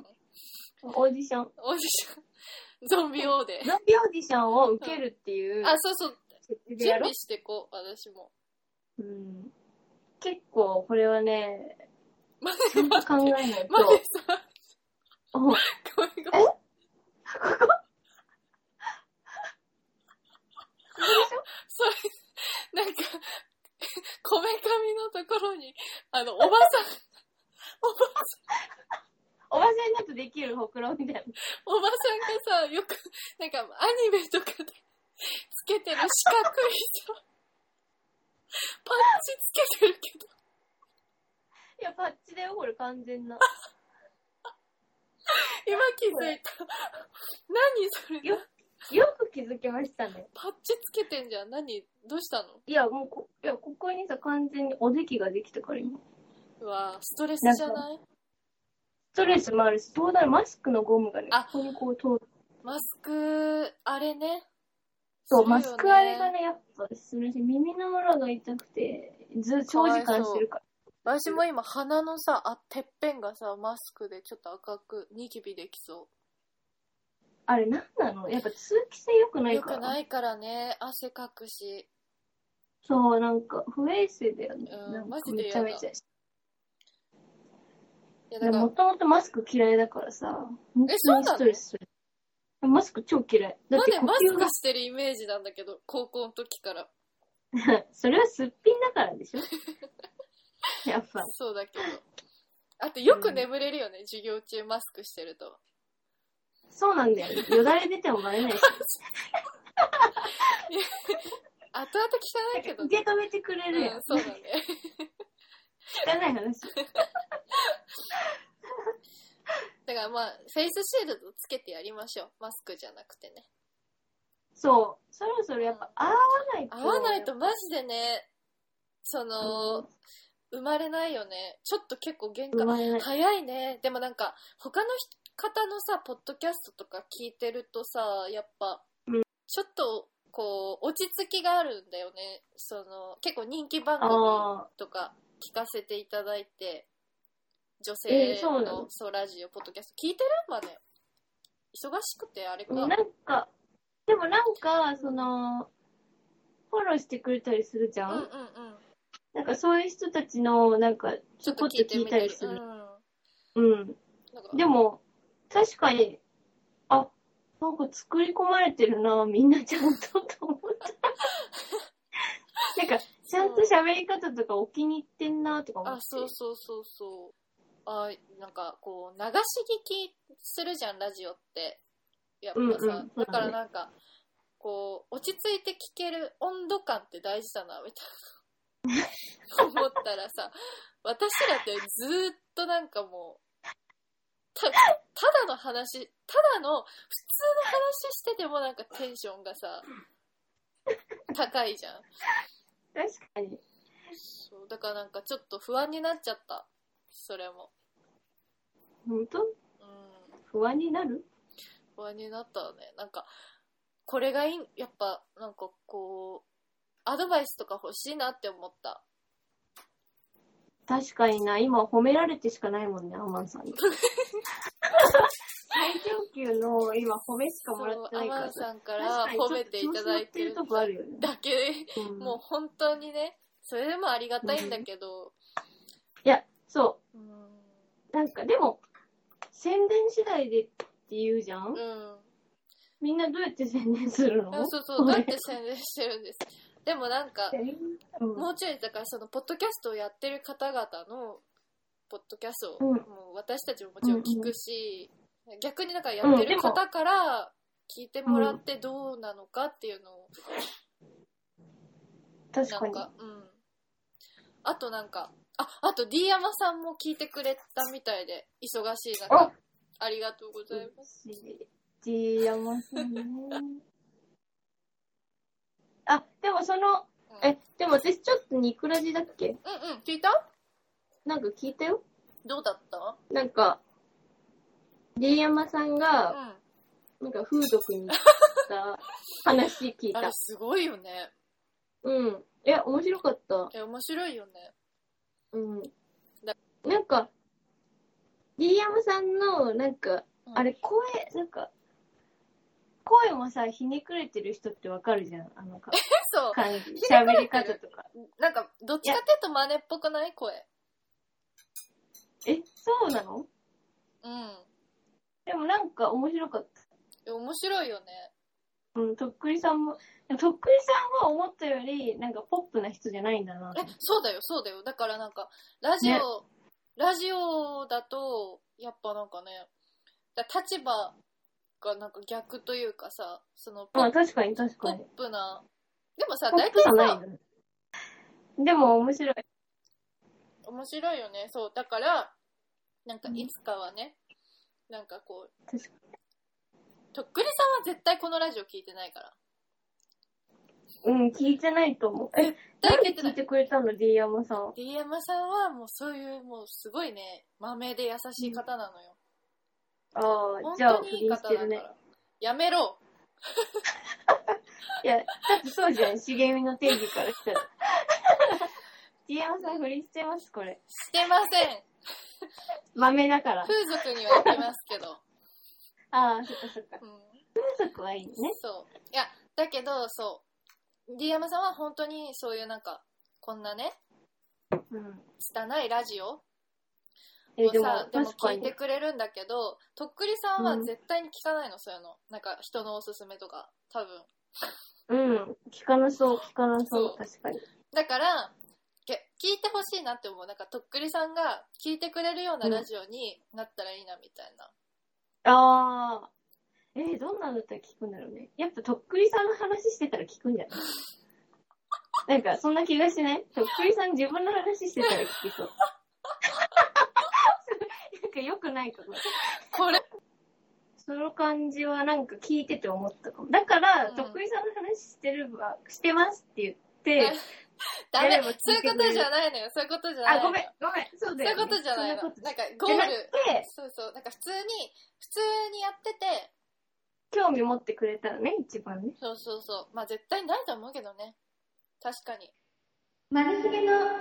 Speaker 3: うん。
Speaker 2: オーディション。
Speaker 3: オーディション。 ゾンビ王で。
Speaker 2: ゾンビオーディションを受けるっていう
Speaker 3: あ、そうそう。
Speaker 2: 設定で
Speaker 3: 準
Speaker 2: やろ
Speaker 3: 備してこう、私 も。
Speaker 2: う。うん、結構、これはね、
Speaker 3: マネ、
Speaker 2: ちゃんと考えない
Speaker 3: マネ
Speaker 2: と。
Speaker 3: さ、
Speaker 2: うん
Speaker 3: ごめんごめん。 それ、なんか、 こめかみのところに、あの、おばさん、おば
Speaker 2: おばさんになってできるほくろみたい
Speaker 3: おばさんがさ、よく、なんかアニメとかでつけてる四角いさ、パッチつけてるけど、
Speaker 2: ないやパッチだよこれ完全な
Speaker 3: 今気づいた。何それ
Speaker 2: よよく気づきましたね
Speaker 3: パッチつけてんじゃん。何どうしたの
Speaker 2: いやもうこいやここにさ完全におできができたから今
Speaker 3: うわストレスじゃない
Speaker 2: ストレスもあるしどうなるマスクのゴムがね
Speaker 3: あ
Speaker 2: ここにこう通る
Speaker 3: マスク、あれね。
Speaker 2: と、
Speaker 3: するよ
Speaker 2: マスクあれが。ねやっぱするし耳の裏が痛くてず長時間してるから
Speaker 3: 私も今鼻のさ、あ、てっぺんがさ、マスクでちょっと赤く、ニキビできそう。
Speaker 2: あれなんなのやっぱ通気性良くない
Speaker 3: よ
Speaker 2: か
Speaker 3: く
Speaker 2: ら
Speaker 3: ないからね、汗かくし。
Speaker 2: そう、なんか不衛生だよね。
Speaker 3: うん
Speaker 2: なん
Speaker 3: マ
Speaker 2: か
Speaker 3: ジ
Speaker 2: め
Speaker 3: でや
Speaker 2: ち
Speaker 3: だ
Speaker 2: ゃめちゃ。
Speaker 3: いや、
Speaker 2: で
Speaker 3: だか
Speaker 2: も
Speaker 3: ら、
Speaker 2: ともとマスク嫌いだからさ、本
Speaker 3: え
Speaker 2: 当にストレスする。マスク超嫌い。だっ
Speaker 3: なん
Speaker 2: て
Speaker 3: で
Speaker 2: 呼
Speaker 3: マス
Speaker 2: 吸が
Speaker 3: ク、してるイメージなんだけど、高校の時から。
Speaker 2: それはすっぴんだからでしょ やっぱ。
Speaker 3: そうだけど。あと、よく眠れるよね、授業中マスクしてると。
Speaker 2: そうなんだよ、ね。よだれ出てもバレない し。
Speaker 3: 後々汚いけどね。
Speaker 2: 受け止めてくれるやん。
Speaker 3: うん、そうだね。
Speaker 2: 汚い話。
Speaker 3: だからまあ、フェイスシールドつけてやりましょう。マスクじゃなくてね。
Speaker 2: そう。そろそろやっぱ合わないと。
Speaker 3: 合わないとマジでね、その、生まれないよね。ちょっと結構限
Speaker 2: 生
Speaker 3: 界
Speaker 2: まれない。
Speaker 3: 早いねでもなんか他の方のさポッドキャストとか聞いてるとさやっぱ、
Speaker 2: うん
Speaker 3: ちょっとこう落ち着きがあるんだよねその結構人気番組
Speaker 2: ああ。
Speaker 3: とか聞かせていただいて女
Speaker 2: えー
Speaker 3: 性
Speaker 2: そうな
Speaker 3: の
Speaker 2: の
Speaker 3: そうラジオポッドキャスト聞いてるまで忙しくてあれか、
Speaker 2: なんか、でもなんか、その、フォローしてくれたりするじゃ
Speaker 3: うん
Speaker 2: ん、
Speaker 3: うんうん
Speaker 2: なんかそういう人たちの、なんか、
Speaker 3: ち
Speaker 2: ち
Speaker 3: ょ
Speaker 2: ょ
Speaker 3: っ
Speaker 2: ことっと
Speaker 3: 聞いて
Speaker 2: 聞
Speaker 3: み
Speaker 2: いた
Speaker 3: て
Speaker 2: り
Speaker 3: る
Speaker 2: す
Speaker 3: うん
Speaker 2: る。うん。
Speaker 3: なんか
Speaker 2: でも、確かに、あ、なんか作り込まれてるな、みんなちゃんとと思った。なんか、ちゃんと喋り方とかお気に入ってんな、とか思っ
Speaker 3: あ
Speaker 2: て。
Speaker 3: そうそうそうそうあなんかこう流し聞きするじゃんラジオってやっぱ
Speaker 2: う
Speaker 3: さ、
Speaker 2: んうんそうだね
Speaker 3: だからなんかこう落ち着いて聞ける温度感って大事だなみたいな思った らさ私らってずーっとなんかもうたただの話ただの普通の話しててもなんかテンションがさ高いじゃん
Speaker 2: 確かに。
Speaker 3: そうだからなんかちょっと不安になっちゃったそれも
Speaker 2: 本当
Speaker 3: うん
Speaker 2: 不安になる
Speaker 3: 不安になったわねなんかこれがいいやっぱなんかこうアドバイスとか欲しいなって思った
Speaker 2: 確かにな、今褒められてしかないもんね、アマンさんに。最上級の今褒めしかもらってないから
Speaker 3: アマン
Speaker 2: さ。
Speaker 3: さんから褒めていただいてる
Speaker 2: 確かにちょっと調子乗ってるとこあるよね。
Speaker 3: だけ
Speaker 2: うん
Speaker 3: もう本当にねそれでもありがたいんだけど、
Speaker 2: いや、そ
Speaker 3: うん、
Speaker 2: う。なんかでも、宣伝次第でって言うじゃん
Speaker 3: うん、
Speaker 2: みんなどうやって宣伝するの
Speaker 3: あそうそ
Speaker 2: こ
Speaker 3: う、
Speaker 2: れ
Speaker 3: だって宣伝してるんです。でもなんか、
Speaker 2: うん
Speaker 3: もうちょいだからそのポッドキャストをやってる方々のポッドキャストを、
Speaker 2: うん
Speaker 3: もう私たちももちろん聞くし、逆にだからやってる方から聞いてもらってどうなのかっていうのを、
Speaker 2: 確
Speaker 3: な
Speaker 2: か
Speaker 3: ん
Speaker 2: に。
Speaker 3: かうんあとなんかああと D 山さんも聞いてくれたみたいで忙しい中
Speaker 2: あ
Speaker 3: ありがとうございます
Speaker 2: ジヤマさんね。あ、でもその、
Speaker 3: うん
Speaker 2: え、でも私ちょっとニクラジだっけ
Speaker 3: うんうん聞いた
Speaker 2: なんか聞いたよ
Speaker 3: どうだった
Speaker 2: なんか、D 山さん
Speaker 3: う
Speaker 2: が、
Speaker 3: ん
Speaker 2: なんか風俗に行った話聞い
Speaker 3: あれ
Speaker 2: た。
Speaker 3: すごいよね
Speaker 2: うん。いや、面白かった。
Speaker 3: え面白いよね
Speaker 2: うん
Speaker 3: だ。
Speaker 2: なんか、D 山さんの、なんか、
Speaker 3: うん
Speaker 2: あれ、声、なんか、声もさ、ひねくれてる人ってわかるじゃん。あのか
Speaker 3: そう
Speaker 2: 感じ
Speaker 3: ひ。ねくれてる
Speaker 2: 喋り方とか。
Speaker 3: なんか、どっちかっていうと真似っぽくない声。
Speaker 2: え、そうなの
Speaker 3: うん。
Speaker 2: でもなんか面白かっ
Speaker 3: え面白いよね。
Speaker 2: た。うん、とっくりさんも、でもとっくりさんは思ったより、なんかポップな人じゃないんだな。
Speaker 3: え、そうだよ、そうだよ。だからなんか、ラジオ、
Speaker 2: ね
Speaker 3: ラジオだと、やっぱなんかね、だ立場がなんか逆というかさ、そのポ
Speaker 2: まあ
Speaker 3: ッ
Speaker 2: 確かに確
Speaker 3: ポ
Speaker 2: か
Speaker 3: ッ
Speaker 2: に。
Speaker 3: プな、でもさ、
Speaker 2: ポッ
Speaker 3: 大
Speaker 2: プ
Speaker 3: 体
Speaker 2: さない
Speaker 3: さ
Speaker 2: ん、だね。でも面白い。
Speaker 3: 面白いよね。そう、だから、なんか
Speaker 2: うん
Speaker 3: いつかはね、なんかこう、
Speaker 2: 確か
Speaker 3: とっくりさんは絶対このラジオ聞いてないから。
Speaker 2: に。うん、聞いてないと思う。え、
Speaker 3: 大
Speaker 2: 誰
Speaker 3: 体聞いて
Speaker 2: 聞
Speaker 3: ない
Speaker 2: いてくれたの ?D 山さん。
Speaker 3: D 山さんはもうそういう、もうすごいね、豆で優しい方なのよ。
Speaker 2: ああ、
Speaker 3: 本
Speaker 2: じゃあ
Speaker 3: 当
Speaker 2: 不
Speaker 3: にいい
Speaker 2: 倫
Speaker 3: 方
Speaker 2: し
Speaker 3: だ
Speaker 2: て
Speaker 3: か
Speaker 2: るね。
Speaker 3: ら。やめろ
Speaker 2: いや、 だってそうじゃん。茂みの定義からしたら。D 山さん不倫してます、これ。
Speaker 3: してません
Speaker 2: 豆だから。
Speaker 3: 風俗には行きますけど。
Speaker 2: ああ、そっかそっか。
Speaker 3: うん
Speaker 2: 風俗はいいね。
Speaker 3: そう。いや、だけど、そう。D 山さんは本当にそういうなんか、こんなね、
Speaker 2: うん。
Speaker 3: 拙いラジオ
Speaker 2: え、
Speaker 3: を
Speaker 2: でも
Speaker 3: さ、でも
Speaker 2: 確か
Speaker 3: 聞い
Speaker 2: に
Speaker 3: て。くれるんだけど、とっくりさんは
Speaker 2: うん
Speaker 3: 絶対に聞かないの、そういうの。なんか人のおすすめとか、多分。
Speaker 2: うん。聞かなそう、聞かなそ
Speaker 3: そう
Speaker 2: う、確かに。
Speaker 3: だから、け聞いてほしいなって思う。なんか、とっくりさんが聞いてくれるようなラジオになったらいいな、みたいな。
Speaker 2: ああ。えーどんなのだったら聞くんだろうね。やっぱとっくりさんの話してたら聞くんじゃないなんか、そんな気がしないとっくりさん自分の話してたら聞きそう。なんか良くないかも。
Speaker 3: これ
Speaker 2: その感じはなんか聞いてて思ったかも。だから、
Speaker 3: うん
Speaker 2: とっくりさんの話してるわ、してますって言って、
Speaker 3: ダメ
Speaker 2: やれば聞い
Speaker 3: そうい
Speaker 2: てくれる
Speaker 3: うことじゃないのよ。そういうことじゃない
Speaker 2: あ、
Speaker 3: の
Speaker 2: ごめん、ごめん、そう
Speaker 3: そう
Speaker 2: だ
Speaker 3: いう
Speaker 2: よ、ね。
Speaker 3: ことじゃないの。
Speaker 2: そ
Speaker 3: なん
Speaker 2: こ
Speaker 3: んか
Speaker 2: と、
Speaker 3: ゴー
Speaker 2: じゃな
Speaker 3: ル。
Speaker 2: くて、
Speaker 3: そうそう。なんか普通に、普通にやってて、
Speaker 2: 興味持ってくれたらね、一番ね。
Speaker 3: そうそうそう。まあ絶対ないと思うけどね。確かに。
Speaker 1: マルヒゲの裏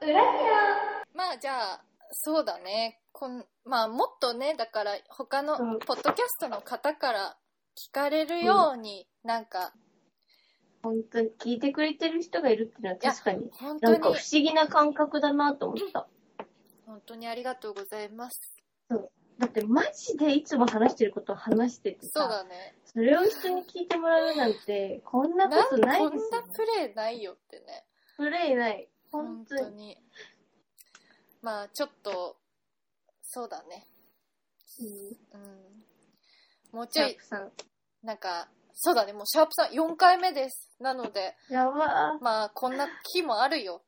Speaker 1: 部屋。
Speaker 3: まあじゃあ、そうだね。こんまあもっとね、だから他の
Speaker 2: うん
Speaker 3: ポッドキャストの方から聞かれるように、なんか、
Speaker 2: 本当に聞いてくれてる人がいるっていうのは確かに、
Speaker 3: 本当
Speaker 2: な
Speaker 3: に
Speaker 2: んか不、思議な感覚だなと思った。
Speaker 3: 本当にありがとうございます。
Speaker 2: だってマジでいつも話してることを話してて
Speaker 3: そう
Speaker 2: さ、
Speaker 3: だね。
Speaker 2: それを人に聞いてもらうなんて、こんな
Speaker 3: なん
Speaker 2: ことない
Speaker 3: こん
Speaker 2: で
Speaker 3: な
Speaker 2: すよ。
Speaker 3: プレイないよってね。
Speaker 2: プレイない。本
Speaker 3: 本
Speaker 2: 当
Speaker 3: 当
Speaker 2: に。
Speaker 3: に。まあちょっと、そうだね。うん。もうち
Speaker 2: シ
Speaker 3: ょ
Speaker 2: ャ
Speaker 3: い
Speaker 2: ープ、さん。
Speaker 3: なんか、そうだね、もうシャープさん4回目です。なので、
Speaker 2: やば
Speaker 3: まあ、こんな日もあるよ。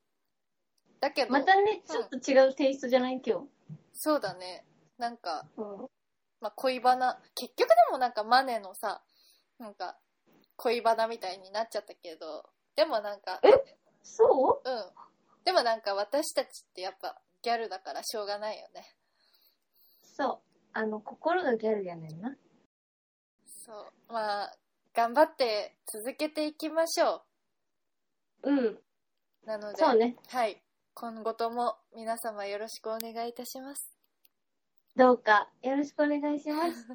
Speaker 3: だけ
Speaker 2: ー。
Speaker 3: ど、
Speaker 2: またね、ちょっと違うテイストじゃない今日。
Speaker 3: そうだね、なんか、
Speaker 2: うん
Speaker 3: まあ、恋バナ、結局でもなんかマネのさ、なんか、恋バナみたいになっちゃったけど、でもなんか、
Speaker 2: そ
Speaker 3: うん。でもなんか私たちってやっぱギャルだからしょうがないよね。
Speaker 2: うそう。あの、心がギャルやねんな。
Speaker 3: そう。まあ、頑張って続けていきましょ
Speaker 2: うん。
Speaker 3: う。なので、
Speaker 2: そうね。
Speaker 3: はい。今後とも皆様よろしくお願いいたします。
Speaker 2: どうかよろしくお願いし ます。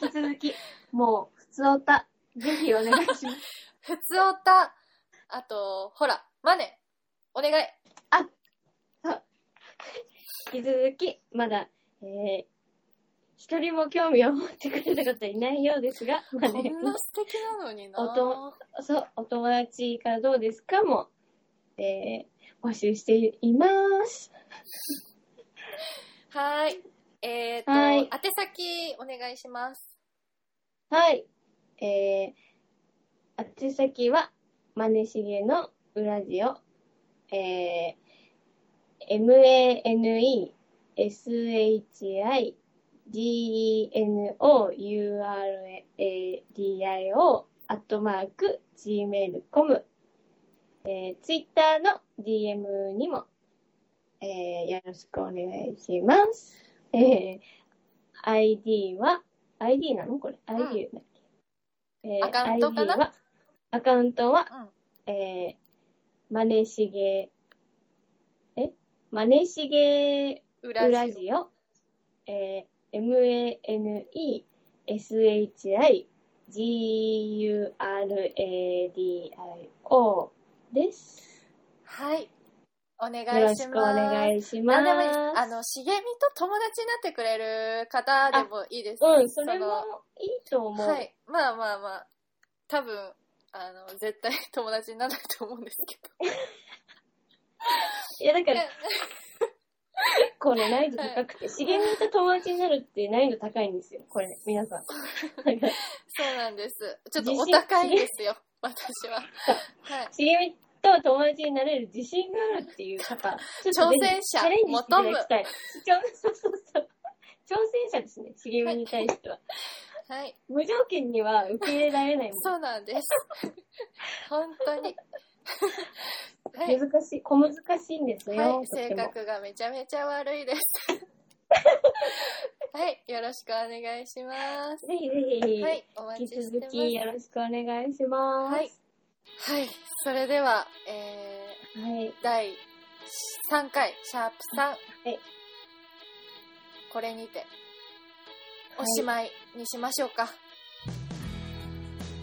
Speaker 2: 引き続き、もう、普通おた、ぜひお願いし ます。
Speaker 3: ふつおた、あと、ほら、マネ、お願い。
Speaker 2: 引き続き、まだ、えー、一人も興味を持ってくれた方いないようですが、まあ
Speaker 3: こ
Speaker 2: ね
Speaker 3: んな素敵なのにな。
Speaker 2: おとそう、お友達からどうですかも、えー、募集しています。
Speaker 3: はーい。えっ、と、
Speaker 2: はい
Speaker 3: 宛先お願いします。
Speaker 2: はい。えー、宛先は、まねしげのうラジオ、えー、m-a-n-e-s-h-i-g-e-n-o-u-r-a-d-i-o アットマーク gmail.com えー、ツイッターの DM にも、えー、よろしくお願いします。えー、ID は、ID なのこれ。ID だっけ、えー
Speaker 3: アカウントかな
Speaker 2: ID は、アカウントは、
Speaker 3: うん。
Speaker 2: えー、マネしげ、えマネしげ
Speaker 3: う
Speaker 2: ウラジオ、えー、m-a-n-e-s-h-i-g-u-r-a-d-i-o です。
Speaker 3: はい。お願いします。
Speaker 2: よろしくお願いします。
Speaker 3: 何でもいいですあの、しげみと友達になってくれる方でもいいです。
Speaker 2: うん、それ
Speaker 3: の
Speaker 2: もいいと思う。
Speaker 3: はい。まあまあまあ。多分あの絶対友達にならないと思うんですけど
Speaker 2: いや、だ から
Speaker 3: え
Speaker 2: 結構ね、難易度高くて、茂みと友達になるって難易度高いんですよ、これ、皆 さん。
Speaker 3: そうなんですちょっと
Speaker 2: 自
Speaker 3: お
Speaker 2: 信
Speaker 3: 高いんですよ私ははい
Speaker 2: 茂みと友達になれる自信があるっていう方、ちょっとぜひ
Speaker 3: 挑戦者
Speaker 2: チャレンジしていただきたい。挑そうそうそう挑戦者ですね、茂みに対しては。
Speaker 3: はい
Speaker 2: 無条件には受け入れられないもん
Speaker 3: そうなんです本当にはい
Speaker 2: 難しい、小難しいんですよ。
Speaker 3: はい、
Speaker 2: とって
Speaker 3: 性
Speaker 2: も
Speaker 3: 格がめちゃめちゃ悪いです。はい、よろしくお願いします。
Speaker 2: ぜひぜひ、
Speaker 3: はい、お待
Speaker 2: 引
Speaker 3: ち
Speaker 2: き
Speaker 3: して
Speaker 2: 続
Speaker 3: ます。
Speaker 2: きよろしくお願いします。
Speaker 3: はい、はい、それでは、え
Speaker 2: はい。
Speaker 3: ー、第3回、シャープ3、
Speaker 2: い
Speaker 3: これにて、おしまいにしましょうか。は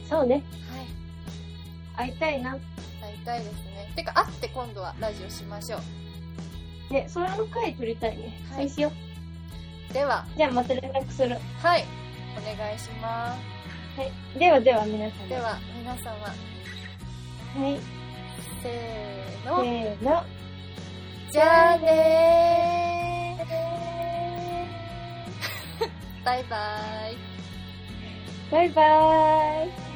Speaker 2: そうね、
Speaker 3: い、
Speaker 2: 会いたいな。
Speaker 3: 会いたいですね。てか、会って今度はラジオしましょ
Speaker 2: ね、それの回撮りたいね。
Speaker 3: は
Speaker 2: そ
Speaker 3: いう
Speaker 2: しよ
Speaker 3: う。では、
Speaker 2: う。じゃあまた連絡する。は
Speaker 3: はい、お願いします。
Speaker 2: い。ではでは皆様。
Speaker 3: では、皆様、
Speaker 2: はい。
Speaker 3: せー
Speaker 2: せ
Speaker 3: の。
Speaker 2: ーの。
Speaker 3: じゃあねー バイバイ。
Speaker 2: バイバーイ。